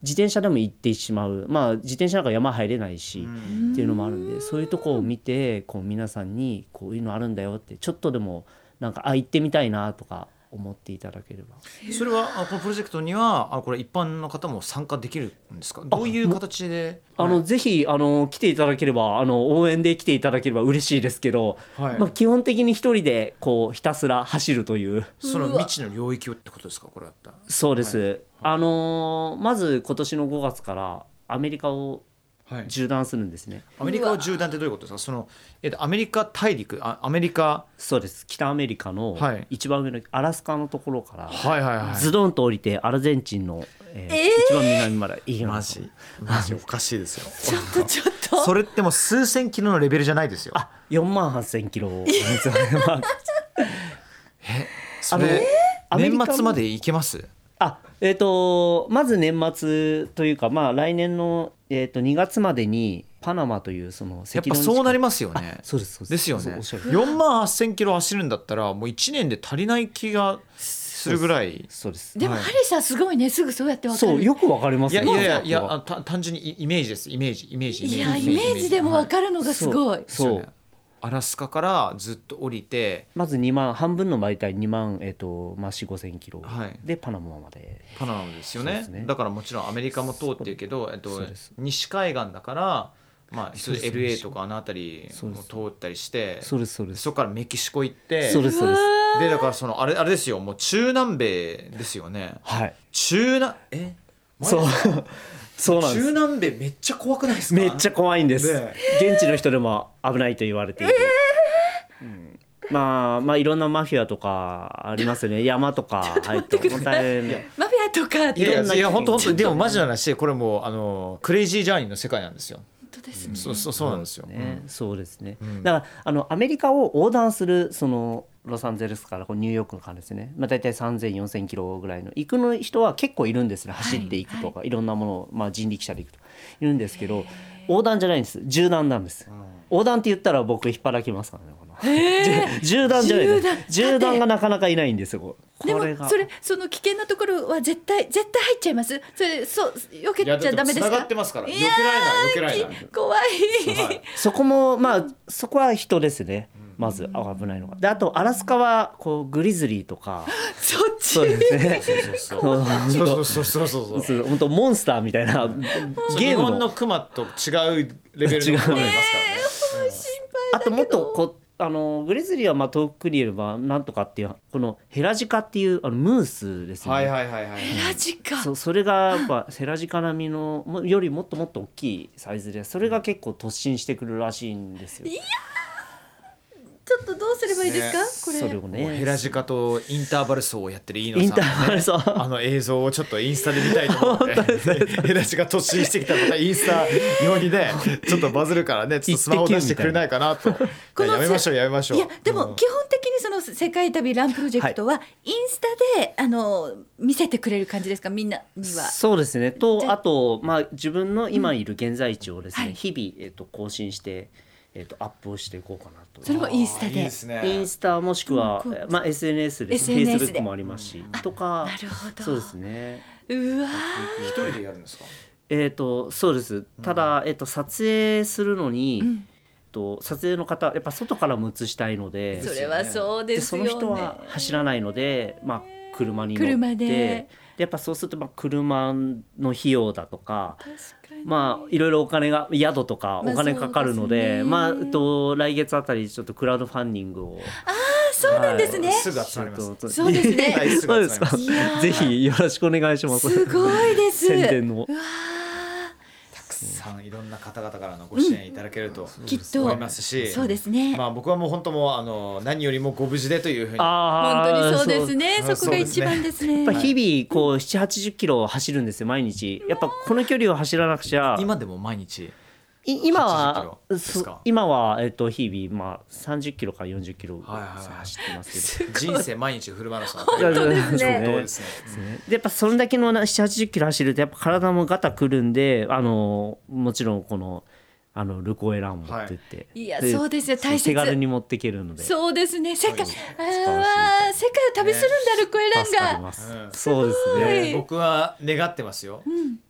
Speaker 3: 自転車でも行ってしまうまあ自転車なんか山入れないし、っていうのもあるんでそういうとこを見てこう皆さんにこういうのあるんだよってちょっとでもなんかあ行ってみたいなとか思っていただければ
Speaker 1: それはあこのプロジェクトにはあこれ一般の方も参加できるんですかどういう形で
Speaker 3: あの、ぜひあの来ていただければあの応援で来ていただければ嬉しいですけど、
Speaker 1: はい
Speaker 3: まあ、基本的に一人でこうひたすら走るという。
Speaker 1: その未知の領域をってことですかこれだったら
Speaker 3: そうです、あのーまず今年の5月からアメリカを
Speaker 1: はい
Speaker 3: 縦断するんですね、
Speaker 1: アメリカを縦断ってどういうことですかその、えっとアメリカ大陸あアメリカ
Speaker 3: そうです北アメリカの
Speaker 1: はい
Speaker 3: 一番上のアラスカのところから、
Speaker 1: はいはいは
Speaker 3: ズドンと降りてアルゼンチンの、えー
Speaker 2: えー
Speaker 3: 一番南まで行き
Speaker 1: マ
Speaker 3: ます
Speaker 1: ジマジおかしいですよ
Speaker 2: ちょっ とちょっ と
Speaker 1: それってもう数千キロのレベルじゃないですよ
Speaker 3: あ4万8000キロをまあ
Speaker 1: それ
Speaker 3: アメリカ
Speaker 1: 年末まで行けます
Speaker 3: あえっ、とまず年末というかまあ来年の、えー、と2月までにパナマというその
Speaker 1: やっ
Speaker 3: 赤道
Speaker 1: ぱ
Speaker 3: に近い
Speaker 1: そうなりますよね
Speaker 3: そうですそうです
Speaker 1: ですよ
Speaker 3: そう
Speaker 1: ね
Speaker 3: おっしゃる
Speaker 1: 4万8000キロ走るんだったらもう1年で足りない気がするぐらい
Speaker 3: そうです
Speaker 2: でも、
Speaker 1: はい
Speaker 2: ハリーさんすごいねすぐそうやってわかる
Speaker 3: そうよくわかりま
Speaker 1: い
Speaker 3: す
Speaker 1: や
Speaker 3: ね
Speaker 1: いやいやい
Speaker 3: 僕
Speaker 1: や
Speaker 3: は
Speaker 1: あた単純にイイメージですイメージイメージ
Speaker 2: いやイメージでもわかるのがすごい、
Speaker 3: そう
Speaker 1: そうねアラスカからずっと降りて
Speaker 3: まず2万半分の媒体2万、えっとまあ、4 5千キロ、
Speaker 1: はい
Speaker 3: でパナマまで
Speaker 1: パナマですよ
Speaker 3: そう
Speaker 1: ね
Speaker 3: ですね
Speaker 1: だからもちろんアメリカも通ってるけど、えっと
Speaker 3: そうです、
Speaker 1: 西海岸だから、まあ、普通
Speaker 3: そうです
Speaker 1: LA とかあの辺り
Speaker 3: そうで
Speaker 1: も
Speaker 3: す
Speaker 1: 通ったりして
Speaker 3: そうですそうです
Speaker 1: そこからメキシコ行って
Speaker 3: そうですそうです
Speaker 1: でだからそのあれあれですよもう中南米ですよね
Speaker 3: はい
Speaker 1: 中南え
Speaker 3: そう そうなん
Speaker 1: 中
Speaker 3: で
Speaker 1: 南米めっちゃ怖くないです
Speaker 3: す
Speaker 1: か
Speaker 3: めっちゃ怖いんです
Speaker 1: ね
Speaker 3: 現地の人でも危ないと言われている、うん、まあまあいろんなマフィアとかありますよね山とか入って
Speaker 2: くださいマフィアとかって
Speaker 1: いや
Speaker 3: ろ
Speaker 1: い
Speaker 3: んな
Speaker 1: やいや本当本
Speaker 3: ち
Speaker 1: 当
Speaker 3: ょっと
Speaker 1: でもマジな話これもうあのクレイジージャーニーの世界なんですよ、
Speaker 2: 本当ですね
Speaker 1: そうそうそうなんですよ、
Speaker 3: ね、そうですね、だからあのアメリカを横断するそのロサンゼルスからこうニューヨークの間ですね、まあ、大体30004000キロぐらいの行くの人は結構いるんですね走っていくとか、い、ろんなものを、まあ、人力車で行くとかいるんですけど横断じゃないんです縦断なんです、横断って言ったら僕引っ張らきますからねこの縦断じゃないです縦断がなかなかいないんですよこう
Speaker 2: で
Speaker 3: これ
Speaker 2: も
Speaker 3: が
Speaker 2: それその危険なところは絶対絶対入っちゃいますそれそう避けち
Speaker 1: いや
Speaker 2: ゃ
Speaker 1: だって
Speaker 2: ダメですか
Speaker 1: 繋がってますから
Speaker 2: い
Speaker 1: 避
Speaker 2: や
Speaker 1: け
Speaker 2: ー
Speaker 1: られない避けられない
Speaker 2: 怖い、
Speaker 1: はい
Speaker 3: そこもまあそこは人ですねまずあ危ないのがであとアラスカはこうグリズリーとか
Speaker 2: そっち
Speaker 3: そうですねそう
Speaker 1: そ うそうそうそうそう
Speaker 3: そう本当モンスターみたいな
Speaker 1: 日
Speaker 3: ゲー
Speaker 1: 本
Speaker 3: ム
Speaker 1: の
Speaker 3: の
Speaker 1: クマと違うレベルのクマがいますからね
Speaker 3: あともっとこうあのグレズリーはまあ遠くにいればなんとかっていうこのヘラジカっていうあのムースですね、
Speaker 1: はいはいはいはい
Speaker 2: ラジカ
Speaker 3: そうそれがやっぱヘラジカ並みのもよりもっともっと大きいサイズでそれが結構突進してくるらしいんですよ。
Speaker 2: ちょっとどうすればいいですか、
Speaker 3: それ
Speaker 2: こ
Speaker 3: を
Speaker 1: もう
Speaker 3: ね
Speaker 1: ヘラジカとインターバル走をやってる飯
Speaker 3: イ
Speaker 1: 野
Speaker 3: ン
Speaker 1: さん
Speaker 3: タ
Speaker 1: の
Speaker 3: ーバルそう
Speaker 1: あの映像をちょっとインスタで見たいと思 って、ヘラジが突進してきたらまたインスタ用にね、ちょっとバズる からね、ちょっとスマホ出してくれないかなと。
Speaker 2: こ
Speaker 1: い
Speaker 2: の
Speaker 1: ややめましょうやめましょ
Speaker 2: れ
Speaker 1: う。
Speaker 2: いやで
Speaker 1: う
Speaker 2: も
Speaker 1: ん
Speaker 2: 基本的にその世界旅ランプロジェクトはインスタで、あの見せてくれる感じですかみんなには
Speaker 3: そうですね
Speaker 2: じ
Speaker 3: と
Speaker 2: ゃあ
Speaker 3: あと、まあ、自分の今いる現在地をですね、
Speaker 2: はい
Speaker 3: 日々、えっと更新して、えっとアップをしていこうかなと。
Speaker 2: それもインスタで
Speaker 1: いいですね。
Speaker 3: インスタもしくは、
Speaker 2: うんこう
Speaker 3: まあ、SNS です
Speaker 2: SNS で
Speaker 3: Facebook もありますしとか
Speaker 2: なるほど
Speaker 3: そうですね
Speaker 2: うわ
Speaker 1: 一人でやるんですか。
Speaker 3: えっ、とそうですただ、えっと撮影するのに、
Speaker 2: ー、う
Speaker 3: えっ
Speaker 2: ん、
Speaker 3: と撮影の方やっぱ外からも映したいので
Speaker 2: それはそうで
Speaker 3: ですそ
Speaker 2: よ
Speaker 3: の
Speaker 2: ね
Speaker 3: 人は走らないので、まあ、車に乗って
Speaker 2: 車で
Speaker 3: やっぱそうすると、まあ、車の費用だとか。
Speaker 2: 確かに
Speaker 3: まあいろいろお金が宿とか
Speaker 2: まあ
Speaker 3: お金かかるので,、まあ
Speaker 2: そうですね
Speaker 3: えっと来月あたりちょっとクラウドファンディングを
Speaker 2: そうなんですね、
Speaker 1: すぐ集まります。
Speaker 3: す
Speaker 2: そうですね
Speaker 1: はいすぐ集まります
Speaker 3: か
Speaker 2: いやー
Speaker 3: ぜひよろしくお願いします
Speaker 2: すごいです
Speaker 3: 宣伝の
Speaker 2: うわ
Speaker 1: たくさんいろんな方々からのご支援いただけると
Speaker 2: きっと
Speaker 1: 思いますし、
Speaker 2: ーそうですね、
Speaker 1: まあ僕はもう本当もうあの何よりもご無事でというふうに。
Speaker 3: あ
Speaker 2: 本当に
Speaker 3: ー
Speaker 2: そうですね
Speaker 1: そ
Speaker 2: そうこが一番ですね
Speaker 3: やっぱ日々こう7、80キロを走るんですよ毎日。やっぱこの距離を走らなくちゃ。
Speaker 1: 今でも毎日。
Speaker 3: い今
Speaker 1: 80キ
Speaker 3: は
Speaker 1: ロですか
Speaker 3: そう今はえっと日々まあ30キロから40キロ
Speaker 1: はいはいはい
Speaker 3: 走ってますけど。
Speaker 1: 人生毎日フルマラソン。
Speaker 3: 本当ですね
Speaker 1: そうですね。
Speaker 3: でやっぱそれだけのな7、80キロ走るとやっぱ体もガタくるんで、あのもちろんこのあのルコエランも持ってって。
Speaker 2: いいやそうですよ大切
Speaker 3: 手軽に持っていけるので。
Speaker 2: そうですね世界
Speaker 1: そ
Speaker 2: あ
Speaker 1: うですね
Speaker 2: ー
Speaker 3: 晴らし
Speaker 2: 世界を旅するんだルコエラン
Speaker 3: 助か
Speaker 2: が
Speaker 3: ります
Speaker 1: うん。
Speaker 3: そうですね。
Speaker 1: で僕は願ってますよ、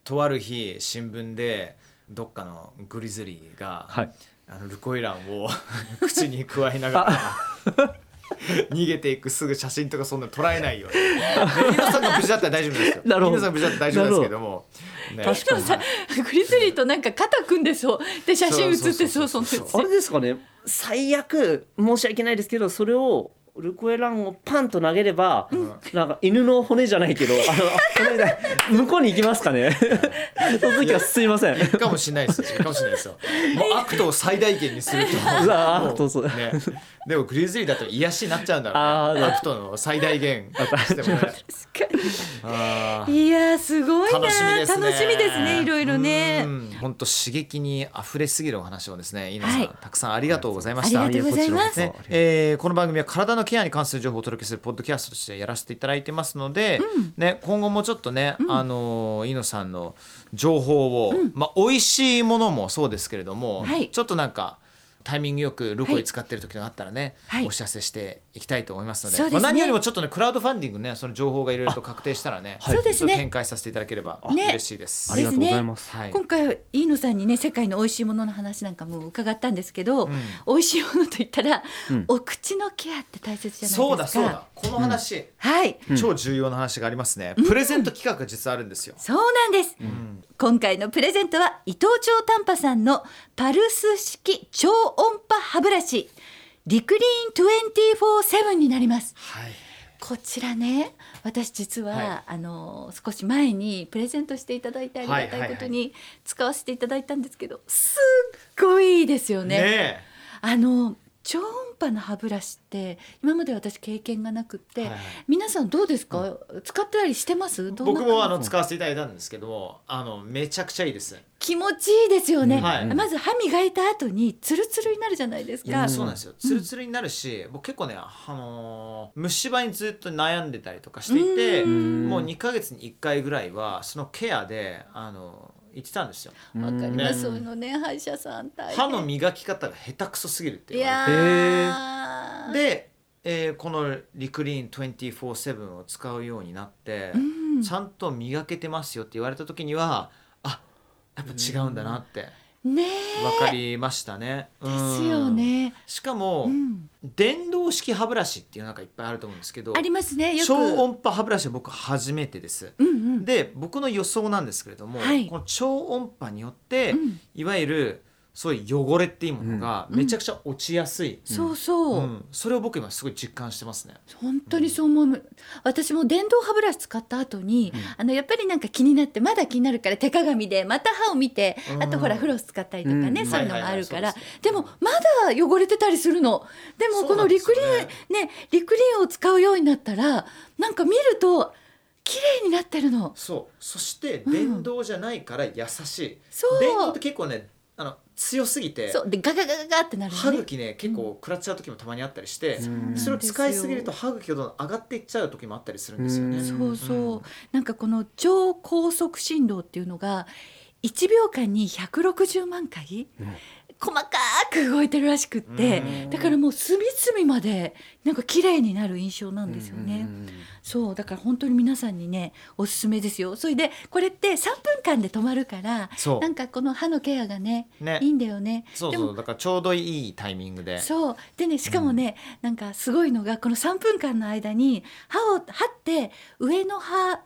Speaker 1: とある日新聞でどっかのグリズリーが、
Speaker 3: はい
Speaker 1: あのルコイランを口にくわえながら逃げていくすぐ写真とかそんな捉えないようにで皆さんが無事だったら大丈夫ですよ
Speaker 3: なるほど
Speaker 1: 皆さんが無事だったら大丈夫ですけどもね
Speaker 3: 確かに。
Speaker 2: グリズリーとなんか肩組んでそうで写真写ってそう
Speaker 1: そ
Speaker 2: そ
Speaker 1: ううそうそう
Speaker 3: あれですかね最悪申し訳ないですけどそれをルクエランをパンと投げれば、なんか犬の骨じゃないけどあの骨だ 向こうに行きますか ねその時はすいません
Speaker 1: かもしれないですよ。かもしれないですよ。もうアクトを最大限にすると。
Speaker 3: うわ
Speaker 1: も
Speaker 3: アクトそう
Speaker 1: ね。でもグリズリーだと癒しになっちゃうんだ
Speaker 3: あ
Speaker 1: ろ
Speaker 3: ー
Speaker 1: う、ね。
Speaker 3: なるほ
Speaker 1: アクトの最大限してもね。あー
Speaker 2: いやーすごいな
Speaker 1: 楽しみですね。
Speaker 2: 楽しみですねいろいろね
Speaker 1: うん。本当刺激に溢れすぎるお話をですね、井野さん、
Speaker 2: はい
Speaker 1: たくさんありがとうございました。
Speaker 2: ありがとうございます
Speaker 1: ねえーこの番組は体のケアに関する情報をお届けするポッドキャストとしてやらせていただいてますので、ね、今後もちょっとね、あのー飯野さんの情報を、まあ、美味しいものもそうですけれども、
Speaker 2: はい
Speaker 1: ちょっとなんかタイミングよくルコイ使ってる時があったらね、
Speaker 2: はい
Speaker 1: お知らせしていきたいと思いますので,、
Speaker 2: そうですね
Speaker 1: まあ、何よりもちょっとねクラウドファンディングねその情報がいろいろと確定したらね、
Speaker 2: そうです
Speaker 1: ち
Speaker 2: ね
Speaker 1: ょっと展開させていただければ
Speaker 2: ね
Speaker 1: 嬉しいです。
Speaker 3: ありがとうございます
Speaker 2: でね
Speaker 1: はい
Speaker 2: 今回飯野さんにね世界の美味しいものの話なんかも伺ったんですけど、美味しいものといったら、お口のケアって大切じゃないですか
Speaker 1: そうだそうだこの話、
Speaker 2: はい
Speaker 1: 超重要な話がありますね、プレゼント企画が実はあるんですよ、
Speaker 2: そうなんです、今回のプレゼントは伊藤町丹波さんのパルス式超音波歯ブラシリクリーン247になります
Speaker 1: はい
Speaker 2: こちらね私実は、
Speaker 1: はい
Speaker 2: あの少し前にプレゼントしていただいてありが
Speaker 1: はい
Speaker 2: た
Speaker 1: はいい
Speaker 2: こ
Speaker 1: はい
Speaker 2: とに使わせていただいたんですけど、すっごいいいですよね
Speaker 1: ねえ
Speaker 2: あの超音波の歯ブラシって今まで私経験がなくって、
Speaker 1: はいはい
Speaker 2: 皆さんどうですか、使ってたりしてますどんな
Speaker 1: 僕もあの
Speaker 2: 感じ
Speaker 1: 使わせていただいたんですけどもあのめちゃくちゃいいです
Speaker 2: 気持ちいいですよね、
Speaker 1: はい
Speaker 2: まず歯磨いた後にツルツルになるじゃないです
Speaker 1: いや
Speaker 2: か
Speaker 1: そうなんですよツルツルになるし、僕結構ね、あのー虫歯にずっと悩んでたりとかしていてもう2ヶ月に1回ぐらいはそのケアで、あのー言ってたんですよ
Speaker 2: わかります、
Speaker 1: ね
Speaker 2: そういうのね歯医者さん大変
Speaker 1: 歯の磨き方が下手くそすぎるって
Speaker 2: い
Speaker 1: 言われて
Speaker 2: やー
Speaker 1: で、えーこのリクリーン247を使うようになって、ちゃんと磨けてますよって言われた時にはあやっぱ違うんだなって
Speaker 2: ね
Speaker 1: 分かりましたね。
Speaker 2: え
Speaker 1: うん
Speaker 2: ですよね、
Speaker 1: しかも、
Speaker 2: うん、
Speaker 1: 電動式歯ブラシっていうなんかいっぱいあると思うんですけど
Speaker 2: ありますねよく
Speaker 1: 超音波歯ブラシは僕初めてです。
Speaker 2: うんうん
Speaker 1: で僕の予想なんですけれども、
Speaker 2: はい
Speaker 1: この超音波によって、
Speaker 2: うん
Speaker 1: いわゆるそういう汚れっていうものがめちゃくちゃ落ちやすい、
Speaker 2: そうそう、
Speaker 1: うんそれを僕今すごい実感してますね
Speaker 2: 本当にそう思う私も電動歯ブラシ使った後に、あのやっぱりなんか気になってまだ気になるから手鏡でまた歯を見て、あとほらフロス使ったりとかね、
Speaker 3: うん
Speaker 2: そういうのがあるから、
Speaker 1: はいはいはい
Speaker 2: でもまだ汚れてたりするのでもこのリクリー
Speaker 1: そうなん
Speaker 2: ン
Speaker 1: です
Speaker 2: ねリクリーンを使うようになったらなんか見ると綺麗になってるの
Speaker 1: そうそして電動じゃないから優しい、
Speaker 2: そう
Speaker 1: 電動って結構ねあの強すぎて
Speaker 2: そうでガガガガガってなる
Speaker 1: 歯
Speaker 2: のね
Speaker 1: 茎ね結構食らっちゃう時もたまにあったりして、
Speaker 3: うん
Speaker 1: それを使いすぎると歯茎がどんどん上がっていっちゃう時もあったりするんですよね、
Speaker 3: うん
Speaker 2: そうそう、
Speaker 1: うん
Speaker 2: なんかこの超高速振動っていうのが1秒間に160万回、細かく動いてるらしくって、
Speaker 1: うん
Speaker 2: だからもう隅々までなんか綺麗になる印象なんですよね。
Speaker 3: うん
Speaker 2: そうだから本当に皆さんにねおすすめですよ。それでこれって3分間で止まるから
Speaker 1: そう
Speaker 2: なんかこの歯のケアがね
Speaker 1: ね
Speaker 2: いいんだよね。
Speaker 1: そう
Speaker 2: で
Speaker 1: そ
Speaker 2: も
Speaker 1: うだからちょうどいいタイミングで
Speaker 2: そうでねしかもね、なんかすごいのがこの3分間の間に歯を歯って上の歯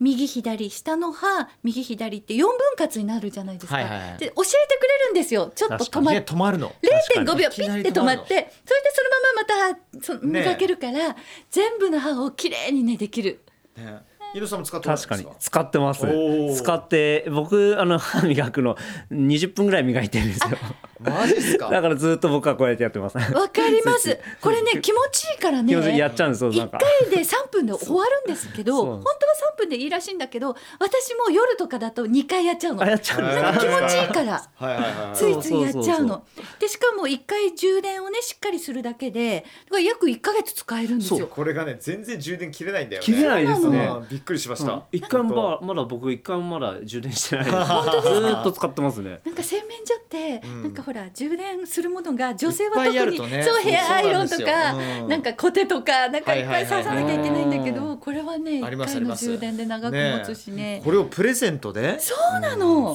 Speaker 2: 右左下の歯右左って4分割になるじゃないですか、
Speaker 1: はいはいはい
Speaker 2: で教えてくれるんですよちょっと止まっ
Speaker 1: で止まるの
Speaker 3: 確か
Speaker 2: 0.5
Speaker 3: に
Speaker 2: 秒
Speaker 1: い
Speaker 2: ピ
Speaker 1: きな
Speaker 2: ッ
Speaker 1: り
Speaker 2: て止まっ
Speaker 1: 止まるの
Speaker 2: てそれでそのまままたそ
Speaker 1: ねえ
Speaker 2: 磨けるから、全部の歯をきれいにねできる
Speaker 1: ね井戸さんも使ってもら
Speaker 3: 確
Speaker 1: うんです
Speaker 3: かに
Speaker 1: か
Speaker 3: 使ってます
Speaker 1: おー
Speaker 3: 使って僕あの歯磨くの20分ぐらい磨いてるんですよ
Speaker 1: マジっすか
Speaker 3: だからずっと僕はこうやってやってます
Speaker 2: わかりま
Speaker 3: そう
Speaker 2: すこれね気持ちいいからね
Speaker 3: 気持ちやっちゃうんですよな
Speaker 2: 1
Speaker 3: んか
Speaker 2: 回で3分で終わるんですけど
Speaker 3: そう
Speaker 2: 本当は3分でいいらしいんだけど私も夜とかだと2回やっちゃうの
Speaker 3: あやっちゃうん
Speaker 2: なんか
Speaker 3: だ
Speaker 2: 気持ちいいから。
Speaker 1: はいはいはい
Speaker 2: ついついやっちゃう
Speaker 3: そうそうそうそ
Speaker 2: の。でしかも1回充電をねしっかりするだけでだから約1か月使えるんです
Speaker 1: そう
Speaker 2: よ。
Speaker 1: これがね全然充電切れないんだよね
Speaker 3: 切れない
Speaker 2: ですね
Speaker 1: うんびっくりしました、
Speaker 3: 一回もまだまだ僕一回もまだ充電してないですずーっと使ってますね
Speaker 2: なんか洗面所って、
Speaker 1: ん
Speaker 2: なんかほら充電するものが女性はい
Speaker 1: っぱいあ
Speaker 2: 特
Speaker 1: る
Speaker 2: に
Speaker 1: とね
Speaker 2: そう
Speaker 1: そう
Speaker 2: ヘアアイロンと
Speaker 1: そう
Speaker 2: か
Speaker 1: な
Speaker 2: なん
Speaker 1: ですようん
Speaker 2: んかコテとかなんかいっぱい刺さなきゃいけないんだけど、
Speaker 1: はいはいはいはい
Speaker 2: これはね
Speaker 1: あり
Speaker 2: 1
Speaker 1: ますあ
Speaker 2: 回
Speaker 1: り
Speaker 2: の
Speaker 1: ます
Speaker 2: 充電で長く持つしね
Speaker 1: これをプレゼントで
Speaker 2: そうな
Speaker 1: は
Speaker 2: の、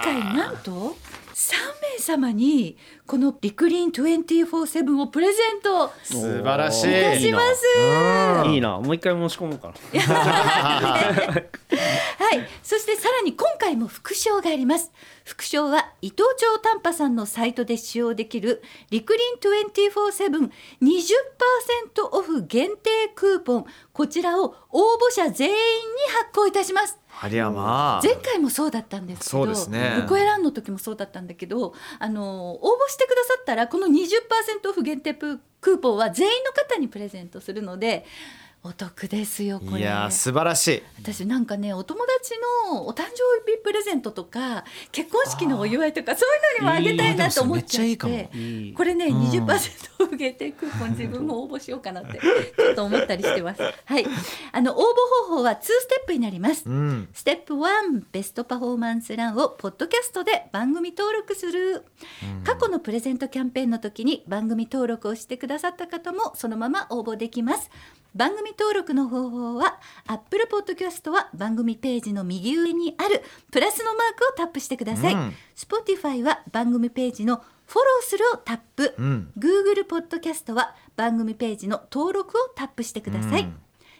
Speaker 1: あ
Speaker 2: 回なんと3名様にこのリクリーン247をプレゼント
Speaker 1: 素晴らしい
Speaker 2: いたします。
Speaker 3: いいなもう一回申し込もうかな
Speaker 2: はい、そしてさらに今回も副賞があります。副賞は伊藤町丹波さんのサイトで使用できるリクリン247 20%オフ限定クーポンこちらを応募者全員に発行いたします。
Speaker 1: ありゃまあ
Speaker 2: 前回もそうだったんですけ
Speaker 1: そ
Speaker 2: ど、
Speaker 1: うですね
Speaker 2: ルコエランの時もそうだったんだけど、あの応募してくださったらこの20%オフ限定プクーポンは全員の方にプレゼントするのでお得ですよこれ。
Speaker 1: いやー素晴らしい
Speaker 2: 私なんかねお友達のお誕生日プレゼントとか結婚式のお祝いとかそういうのにもあげたいなと思っちゃっ
Speaker 1: いいあでもそれめっちゃいい
Speaker 2: て
Speaker 1: か
Speaker 3: いい
Speaker 2: これね20%オフ限定クーポン自分も応募しようかなってちょっと思ったりしてます。はい、あの応募方法は2ステップになります。
Speaker 1: うん
Speaker 2: ステップ1ベストパフォーマンスランをポッドキャストで番組登録する、過去のプレゼントキャンペーンの時に番組登録をしてくださった方もそのまま応募できます番組登録の方法は Apple Podcast は番組ページの右上にあるプラスのマークをタップしてください、
Speaker 1: うん
Speaker 2: Spotify は番組ページのフォローするをタップ、
Speaker 1: うん
Speaker 2: Google ポッドキャストは番組ページの登録をタップしてください、
Speaker 1: うん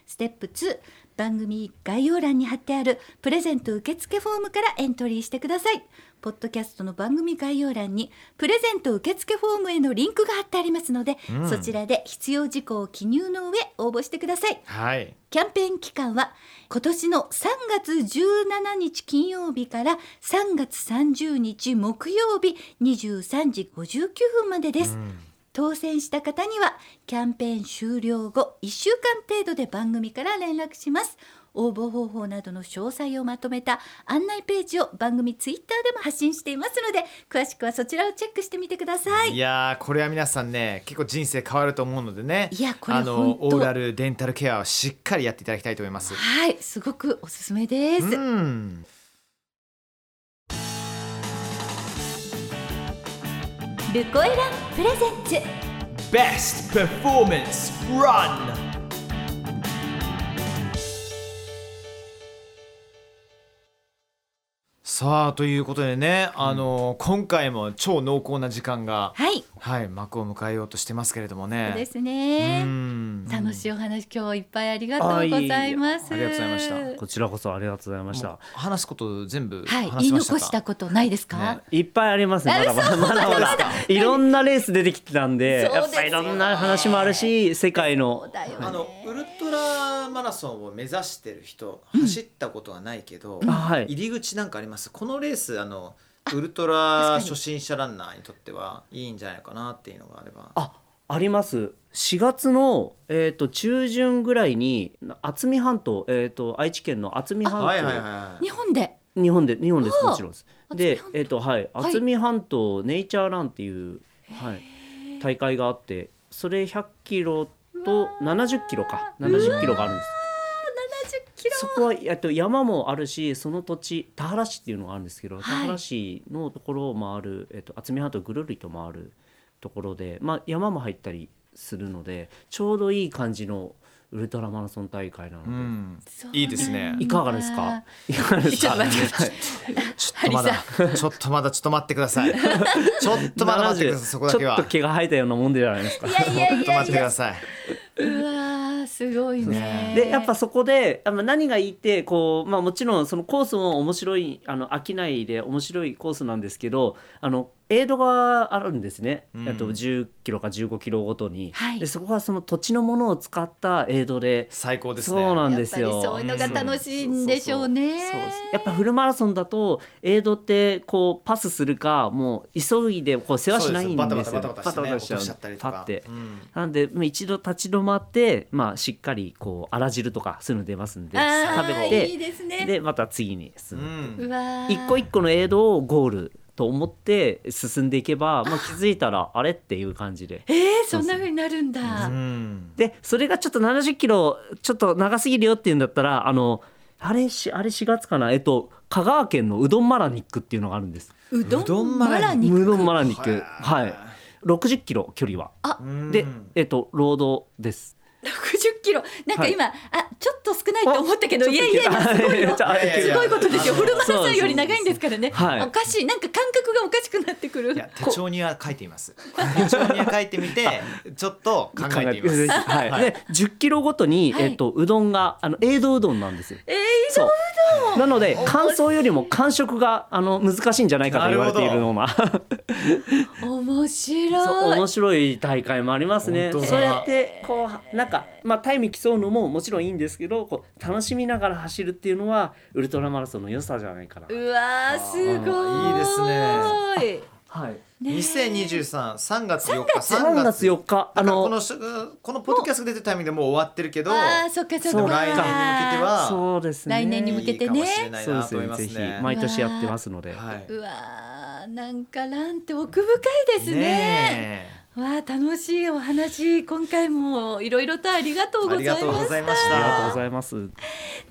Speaker 2: ステップ2番組概要欄に貼ってあるプレゼント受付フォームからエントリーしてくださいポッドキャストの番組概要欄にプレゼント受付フォームへのリンクが貼ってありますので、そちらで必要事項を記入の上応募してください
Speaker 1: はい
Speaker 2: キャンペーン期間は今年の3月17日金曜日から3月30日木曜日23時59分までです、当選した方にはキャンペーン終了後1週間程度で番組から連絡します応募方法などの詳細をまとめた案内ページを番組ツイッターでも発信していますので詳しくはそちらをチェックしてみてください
Speaker 1: いやーこれは皆さんね結構人生変わると思うのでね
Speaker 2: いやこれ
Speaker 1: あの
Speaker 2: ほん
Speaker 1: オ
Speaker 2: と
Speaker 1: ーラルデンタルケアはしっかりやっていただきたいと思います
Speaker 2: はいすごくおすすめです、
Speaker 1: うん
Speaker 2: ルコエランプレゼンツ
Speaker 4: Best performance run.
Speaker 1: さあということでね、あの今回も超濃厚な時間が、
Speaker 2: はい
Speaker 1: はい、幕を迎えようとしてますけれども
Speaker 2: そう
Speaker 1: ね。
Speaker 2: です
Speaker 1: う
Speaker 2: ね
Speaker 1: ん
Speaker 2: 楽しいお話今日いっぱいありがとうございます
Speaker 1: あいいありがとうございました
Speaker 3: こちらこそありがとうございました。
Speaker 1: 話すこと全部
Speaker 2: はい
Speaker 1: 話しま
Speaker 2: 言い
Speaker 1: したか、
Speaker 2: 残したことないですか、
Speaker 1: ね
Speaker 3: いっぱいありますね。まだまだまだまだ。いろんなレース出てきてたんで、
Speaker 2: そう
Speaker 3: や
Speaker 2: で
Speaker 3: っ
Speaker 2: すよ
Speaker 3: ぱ
Speaker 2: ね
Speaker 3: いろんな話もあるし、世界
Speaker 2: そ
Speaker 3: の
Speaker 2: うだよね
Speaker 1: あのウルトラマラソンを目指してる人走ったことはないけど、
Speaker 3: あはい
Speaker 1: 入り口なんかありますこのレースあのウルト
Speaker 2: 確
Speaker 1: ラ
Speaker 2: かに
Speaker 1: 初心者ランナーにとってはいいんじゃないかなっていうのがあれば
Speaker 3: ああります4月の、えー、と中旬ぐらいにな渥美半島、えー、と愛知県の渥美半島、
Speaker 1: はいはいはい
Speaker 2: 日本で
Speaker 3: 日本で日本です
Speaker 2: ああ
Speaker 3: もちろんですで
Speaker 2: 渥美半島
Speaker 3: えっ、とはい
Speaker 2: はい
Speaker 3: 渥美半島ネイチャーランっていう、はい、大会があってそれ100キロと70キロか70キロがあるんです
Speaker 2: 70キロ
Speaker 3: そこはえっと山もあるしその土地田原市っていうのがあるんですけど、
Speaker 2: い
Speaker 3: 田原市のところを回る、えっと、渥美半島をぐるりと回るところで、まあ、山も入ったりするのでちょうどいい感じのウルトラマラソン大会なので、
Speaker 1: うん
Speaker 2: そう
Speaker 1: いいですね
Speaker 3: いかがですか い かがです
Speaker 2: ちょっ
Speaker 3: か
Speaker 2: と待ってくださ
Speaker 1: ち
Speaker 2: い
Speaker 1: ょっとまだちょっとまだちょっと待ってくださ いちょっとまだ待ってくださいそこだけは
Speaker 3: ちょっと毛が生えたようなもんでじゃないですか
Speaker 2: いやいや
Speaker 1: ちょっ
Speaker 2: い
Speaker 1: と
Speaker 2: や
Speaker 1: 待って
Speaker 2: い
Speaker 1: くだ
Speaker 2: や
Speaker 1: さいう
Speaker 2: わーすごいね
Speaker 3: でやっぱそこであまあ何がいいってこう、まあ、もちろんそのコースも面白いあの飽きないで面白いコースなんですけどあのエイドがあるんですね、
Speaker 1: うん
Speaker 3: あと10キロか15キロごとに、
Speaker 2: はい
Speaker 3: でそこはその土地のものを使ったエイドで
Speaker 1: 最高ですね
Speaker 3: そうなんです
Speaker 2: や
Speaker 3: よ
Speaker 2: っぱりそういうのが楽しいんでしょうね
Speaker 3: そうですやっぱフルマラソンだとエイドってこうパスするかもう急いでこう世話しないんですよ
Speaker 1: そうですバタバタバタバタしてね落としちゃ
Speaker 3: う
Speaker 1: ったりと
Speaker 3: パ
Speaker 1: か
Speaker 3: ッて、
Speaker 1: うん
Speaker 3: なんでまあ一度立ち止まって、まあ、しっかりこうあら汁とかそういうの出ますんで
Speaker 2: あ
Speaker 3: 食
Speaker 2: ー
Speaker 3: べて
Speaker 2: いいですね
Speaker 3: でまた次に進
Speaker 1: う
Speaker 3: む、
Speaker 2: うんわー
Speaker 3: 一個一個のエイドをゴールと思って進んでいけば、まあ、気づいたらあれっていう感じで
Speaker 2: えー、そんな風になるんだ、
Speaker 1: うん
Speaker 3: でそれがちょっと70キロちょっと長すぎるよっていうんだったらあのあれしあれ4月かなえっと香川県のうどんマラニックっていうのがあるんです
Speaker 2: う
Speaker 1: どん
Speaker 2: どんマラ肉
Speaker 3: うどんマラニッ
Speaker 1: はい
Speaker 3: クはい60キロ距離は
Speaker 1: うん
Speaker 3: でえっと労働です
Speaker 2: 60キロなんか
Speaker 3: はい
Speaker 2: 今、あちょっと少ないと思ったけどいやいやいやす ごいよ
Speaker 3: ちょっと
Speaker 1: いやいやい
Speaker 2: す
Speaker 1: や
Speaker 2: ごいことですよ
Speaker 1: あの
Speaker 2: フルマラソンより長いんですからね、
Speaker 3: そうそうそうそうはい
Speaker 2: おかしいなんか感覚がおかしくなってくる
Speaker 1: いや手帳には書いています。手帳には書いてみて、ちょっと考えていま
Speaker 3: 考
Speaker 1: す
Speaker 3: え。はい、で10キロごとに、
Speaker 2: はい
Speaker 3: えっと、うどんがあの栄道うどんなんですよ。
Speaker 2: えー、
Speaker 3: そう
Speaker 2: どん
Speaker 3: なので乾燥よりも感触があの難しいんじゃないかと言われているような
Speaker 2: 面
Speaker 3: そう
Speaker 2: 白い
Speaker 3: 面白い大会もありますね。
Speaker 1: 本当だ
Speaker 3: そうやってこうなんか、まあ、タイム競うのももちろんいいんですけどこう楽しみながら走るっていうのはウルトラマラソンの良さじゃないかな。
Speaker 2: うわーすごいいいですね
Speaker 3: はい、
Speaker 1: 2023、3月4日、
Speaker 3: 3月4日あ
Speaker 1: あのこ
Speaker 3: の
Speaker 1: のしこのポッドキャストが出てるタイミングでもう終わってるけど、
Speaker 2: あーそっかそっか
Speaker 3: そう
Speaker 1: 来年に向けては
Speaker 3: そうですね
Speaker 2: 来年に向
Speaker 1: い
Speaker 2: け
Speaker 1: い
Speaker 2: て
Speaker 1: かもしれない
Speaker 3: そうで
Speaker 1: な
Speaker 3: す
Speaker 1: と思い
Speaker 3: ね
Speaker 1: ま
Speaker 3: ぜ
Speaker 1: す
Speaker 3: ひ
Speaker 1: ね。
Speaker 3: 毎年やってますので。
Speaker 1: はいう
Speaker 2: わーなんかランって奥深いですね
Speaker 1: ね
Speaker 2: わあ楽しいお話今回もいろいろとありがとう
Speaker 1: えあ
Speaker 2: ござ
Speaker 1: り
Speaker 2: いま
Speaker 1: がとうござ
Speaker 2: した
Speaker 1: いまし
Speaker 3: ありがとう
Speaker 1: た
Speaker 3: ご。ざいます。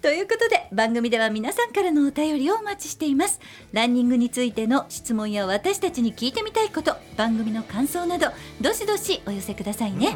Speaker 2: ということで番組では皆さんからのお便りをお待ちしていますランニングについての質問や私たちに聞いてみたいこと番組の感想などどしどしお寄せくださいね、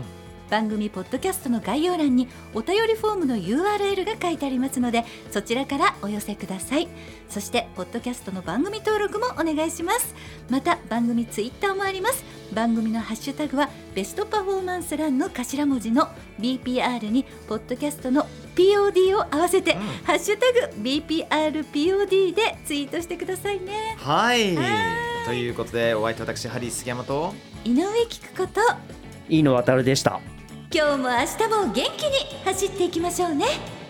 Speaker 2: 番組ポッドキャストの概要欄にお便りフォームの URL が書いてありますのでそちらからお寄せくださいそしてポッドキャストの番組登録もお願いしますまた番組ツイッターもあります番組のハッシュタグはベストパフォーマンスランの頭文字の BPR にポッドキャストの POD を合わせて、ハッシュタグ BPRPOD でツイートしてくださいね
Speaker 1: はい。ということで、お相手は私ハリー杉山と。
Speaker 2: 井上聞くこと
Speaker 3: いいの渡るでした。
Speaker 2: 今日も明日も元気に走っていきましょうね